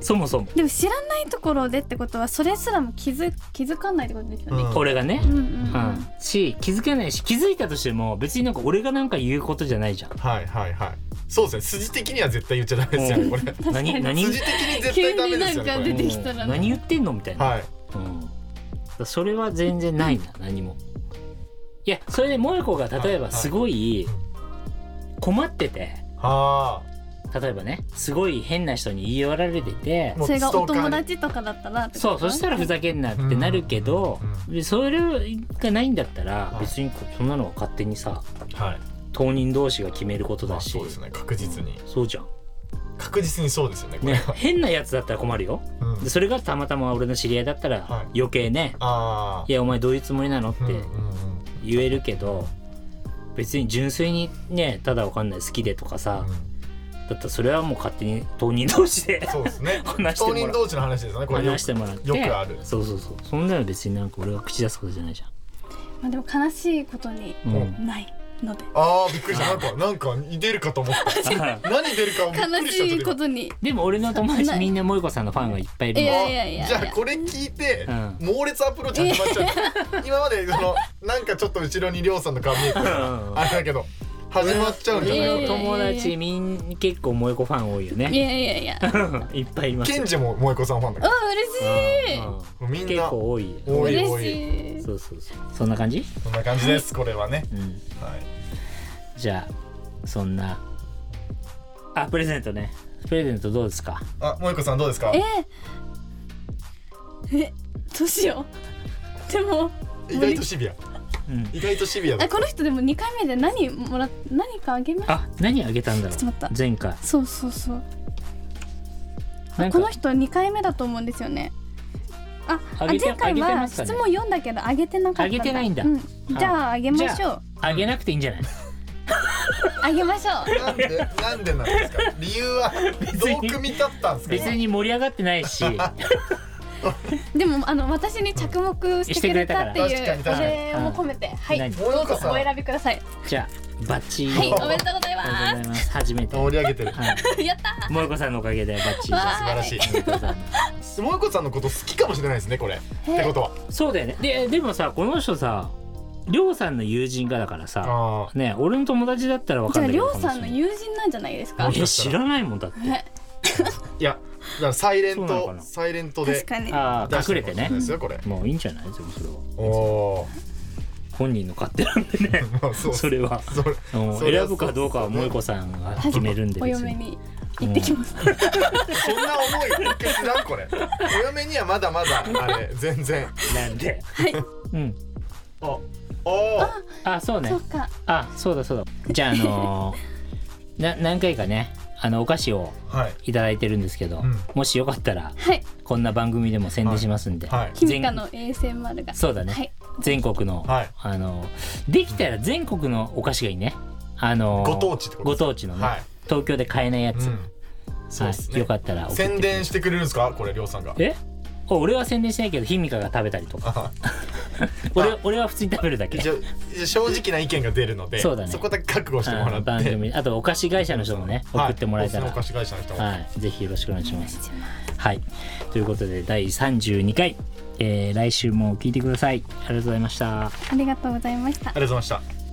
[SPEAKER 2] そもそも、
[SPEAKER 5] でも知らないところでってことはそれすらも気づ気づかないってことですよね。
[SPEAKER 4] うん
[SPEAKER 2] 俺がね、
[SPEAKER 5] うんうん
[SPEAKER 2] うんし気づけないし気づいたとしても別になんか俺がなんか言うことじゃないじゃん
[SPEAKER 4] はいはいはいそうですね筋的には絶対言っちゃダメですよ
[SPEAKER 2] うん
[SPEAKER 4] ねこれ
[SPEAKER 2] 何何
[SPEAKER 4] 筋的に絶対ダメですよね
[SPEAKER 5] 急になん
[SPEAKER 4] こ
[SPEAKER 5] か
[SPEAKER 4] れ
[SPEAKER 5] 出てきたらね
[SPEAKER 2] うん何言ってんのみたいな、
[SPEAKER 4] はい
[SPEAKER 2] うん、だからそれは全然ないな何もいやそれで萌子が例えばすごい困ってて
[SPEAKER 4] あ
[SPEAKER 2] 例えばねすごい変な人に言い寄られてて
[SPEAKER 4] もう
[SPEAKER 5] それがお
[SPEAKER 4] ス
[SPEAKER 5] 友
[SPEAKER 4] トーカー
[SPEAKER 5] 達とかだったらってこ
[SPEAKER 2] そ
[SPEAKER 5] と
[SPEAKER 2] うそしたらふざけんなってなるけど
[SPEAKER 4] うんうん、
[SPEAKER 2] でそれがないんだったら
[SPEAKER 4] はい
[SPEAKER 2] 別にこそんなのは勝手にさ
[SPEAKER 4] あはい
[SPEAKER 2] 当人同士が決めること
[SPEAKER 4] ま
[SPEAKER 2] だ
[SPEAKER 4] あ
[SPEAKER 2] し、
[SPEAKER 4] そうですね確実に
[SPEAKER 2] そうじゃん、
[SPEAKER 4] 確実にそうですよねこれ
[SPEAKER 2] ね
[SPEAKER 4] は、
[SPEAKER 2] 変なやつだったら困るよ
[SPEAKER 4] うん
[SPEAKER 2] でそれがたまたま俺の知り合いだったら
[SPEAKER 4] はい
[SPEAKER 2] 余計ね、
[SPEAKER 4] あ
[SPEAKER 2] い、やお前どういうつもりなのって
[SPEAKER 4] あうんうん
[SPEAKER 2] 言えるけど別に純粋にねただわかんない好きでとかさ、
[SPEAKER 4] うん
[SPEAKER 2] だったらそれはもう勝手に当人同士 で
[SPEAKER 4] そうです ね
[SPEAKER 2] 話しても
[SPEAKER 4] 当
[SPEAKER 2] らう
[SPEAKER 4] 人同士の話ですよねこれよ
[SPEAKER 2] 話し
[SPEAKER 4] く
[SPEAKER 2] てもらって
[SPEAKER 4] よくある
[SPEAKER 2] そうそうそうそんなの別になんか俺が口出すことじゃないじ
[SPEAKER 5] まあでも悲しいことに
[SPEAKER 2] ゃん、う ん
[SPEAKER 5] ないので。
[SPEAKER 4] ああびっくりしたなんかなんか出るかと思った 何出るかびっく
[SPEAKER 5] 悲
[SPEAKER 4] りしちゃった
[SPEAKER 5] しいこ
[SPEAKER 4] 今
[SPEAKER 5] とに
[SPEAKER 2] でも俺の友達
[SPEAKER 5] ない
[SPEAKER 2] みんな萌子さんのファンがいっぱいいる
[SPEAKER 5] い
[SPEAKER 2] の
[SPEAKER 5] やいやいや
[SPEAKER 4] じゃあこれ聞いて、
[SPEAKER 2] うん
[SPEAKER 4] 猛烈アプローチ始まっち ゃう今までそのなんかちょっと後ろにりょうさんの顔見えてた
[SPEAKER 2] うん
[SPEAKER 4] あれだけど始まっちゃうんじゃない
[SPEAKER 5] や
[SPEAKER 4] い
[SPEAKER 5] や
[SPEAKER 2] 俺の
[SPEAKER 5] や
[SPEAKER 2] 友達みん結構萌子ファン多いよ
[SPEAKER 5] い
[SPEAKER 2] ね
[SPEAKER 5] やいやい や。あ
[SPEAKER 2] いっぱいいます
[SPEAKER 4] ケンジも萌子さんファンだか
[SPEAKER 5] あ嬉しい。
[SPEAKER 2] う
[SPEAKER 4] らみ
[SPEAKER 2] ん
[SPEAKER 4] ん
[SPEAKER 2] 結
[SPEAKER 4] な
[SPEAKER 2] 構多いよ
[SPEAKER 4] 多い多
[SPEAKER 5] 嬉
[SPEAKER 4] い
[SPEAKER 5] しい。
[SPEAKER 2] そうそうそうそんな感じ
[SPEAKER 4] そんな感じですこれはね、
[SPEAKER 2] うん
[SPEAKER 4] はい、
[SPEAKER 2] じゃあそんなあプレゼントねプレゼントどうですか
[SPEAKER 4] あ萌子さんどうですか
[SPEAKER 5] えーえ どうしよう。でも
[SPEAKER 4] 意外とシビア
[SPEAKER 2] うん
[SPEAKER 4] 意外とシビアだ
[SPEAKER 5] あこの人でも二回目で何もら何かあげました。
[SPEAKER 2] あ何あげたんだろ
[SPEAKER 5] ちょっと待っ
[SPEAKER 2] う前回
[SPEAKER 5] そうそうそう。
[SPEAKER 2] なん
[SPEAKER 5] この
[SPEAKER 2] か
[SPEAKER 5] 人二回目だと思うんですよね。あ、あ
[SPEAKER 2] あげて
[SPEAKER 5] 前回
[SPEAKER 2] あげてま
[SPEAKER 5] は
[SPEAKER 2] すか
[SPEAKER 5] 質
[SPEAKER 2] ね
[SPEAKER 5] 問読んだけどあげてなかった。
[SPEAKER 2] あげてないんだ
[SPEAKER 5] うじゃああげまし
[SPEAKER 2] じ
[SPEAKER 5] ょ
[SPEAKER 2] ゃ
[SPEAKER 5] う。
[SPEAKER 2] あげなくていいんじゃ ない
[SPEAKER 5] あげましょ
[SPEAKER 4] なんでなんでなんですか理由はどう組み立ったんですか
[SPEAKER 2] 別に盛り上がってないし
[SPEAKER 5] う。でもあの私に着目してくれたってい
[SPEAKER 4] してくれ
[SPEAKER 5] う
[SPEAKER 4] たから
[SPEAKER 5] それも込めて、はい。
[SPEAKER 2] 何
[SPEAKER 5] どうぞお選びください。
[SPEAKER 2] じゃあバッチリ
[SPEAKER 5] はい、
[SPEAKER 2] ありが
[SPEAKER 5] おめでとうござい
[SPEAKER 2] とう
[SPEAKER 5] ま
[SPEAKER 2] ございます初 めて
[SPEAKER 4] 盛り上げてる素
[SPEAKER 2] はい
[SPEAKER 5] す。やった
[SPEAKER 2] 萌子さんのおかげでバッチリ
[SPEAKER 5] わ
[SPEAKER 4] 晴らしい
[SPEAKER 2] ありがとうございます
[SPEAKER 4] 萌子さんのこと好きかもしれないですねこれってことは
[SPEAKER 2] そうだよねででもさこの人さりょうさんの友人がだからさ
[SPEAKER 4] あ
[SPEAKER 2] ね俺の友達だったらわ
[SPEAKER 5] じ
[SPEAKER 2] か
[SPEAKER 5] ゃ
[SPEAKER 2] ん
[SPEAKER 5] あ
[SPEAKER 2] ない
[SPEAKER 5] り
[SPEAKER 2] け
[SPEAKER 5] ょ
[SPEAKER 2] ど
[SPEAKER 5] うさんの友人なんじゃないですか
[SPEAKER 4] も。し
[SPEAKER 2] え
[SPEAKER 4] かした
[SPEAKER 2] 知
[SPEAKER 4] ら
[SPEAKER 2] らないもんだって
[SPEAKER 5] ね
[SPEAKER 4] ーいやだからサイレン
[SPEAKER 2] そうなのか
[SPEAKER 4] ト
[SPEAKER 2] な
[SPEAKER 4] サイレントで
[SPEAKER 5] 確かに。
[SPEAKER 2] ああ隠れて
[SPEAKER 4] 出し
[SPEAKER 2] ね
[SPEAKER 4] かもしれないですよこれ
[SPEAKER 2] もういいんじゃないでもそれは
[SPEAKER 4] おお
[SPEAKER 2] 本人の勝手なんでね
[SPEAKER 4] ーまあ そう
[SPEAKER 2] そ
[SPEAKER 4] それ
[SPEAKER 2] れは
[SPEAKER 4] それ
[SPEAKER 2] うん
[SPEAKER 4] それは
[SPEAKER 2] 選ぶかどうかは萌子さんが決めるんで
[SPEAKER 5] お
[SPEAKER 2] 別
[SPEAKER 5] 嫁
[SPEAKER 2] に
[SPEAKER 5] に行ってきます。
[SPEAKER 4] そんな思い決断これお嫁にはまだまだあれ全然
[SPEAKER 2] なんで
[SPEAKER 5] はい。
[SPEAKER 2] うん
[SPEAKER 4] あおおー
[SPEAKER 2] あそうね
[SPEAKER 5] そうか。
[SPEAKER 2] あそうだそうだじゃああの ーな何回かねあのお菓子を
[SPEAKER 4] はい
[SPEAKER 2] いただいてるんですけど、
[SPEAKER 4] うん
[SPEAKER 2] もしよかったら
[SPEAKER 5] はい。
[SPEAKER 2] こんな番組でも宣伝しますんで、
[SPEAKER 4] はい
[SPEAKER 5] 君かの ASMR が。
[SPEAKER 2] そうだね、
[SPEAKER 5] はい。
[SPEAKER 2] 全国の、
[SPEAKER 4] はい
[SPEAKER 2] あのできたら全国のお菓子がいいねあの
[SPEAKER 4] ご当地ってこと
[SPEAKER 2] ご当地のね、
[SPEAKER 4] はい
[SPEAKER 2] 東京で買えないや
[SPEAKER 4] う
[SPEAKER 2] つ、
[SPEAKER 4] んそうっすね
[SPEAKER 2] はいよかったら送って
[SPEAKER 4] 宣伝してくれるんですかこれりょうさんが
[SPEAKER 2] えお俺は宣伝しないけどひみかが食べたりとか
[SPEAKER 4] あ
[SPEAKER 2] 俺俺は普通に食べるだけ
[SPEAKER 4] じゃじゃ正直な意見が出るので
[SPEAKER 2] そうだね
[SPEAKER 4] こだけ覚悟してもら
[SPEAKER 2] あ
[SPEAKER 4] っ
[SPEAKER 2] の
[SPEAKER 4] て
[SPEAKER 2] 番組あとお菓子会社の人もね送ってもらえたら、
[SPEAKER 4] はい、お菓子会社の人も、
[SPEAKER 2] はい、ぜひよろしくお願いします。はい、ということで第32回、えー来週も聞いてください。ありがとうございました。
[SPEAKER 5] ありがとうございました
[SPEAKER 4] ありがとうございました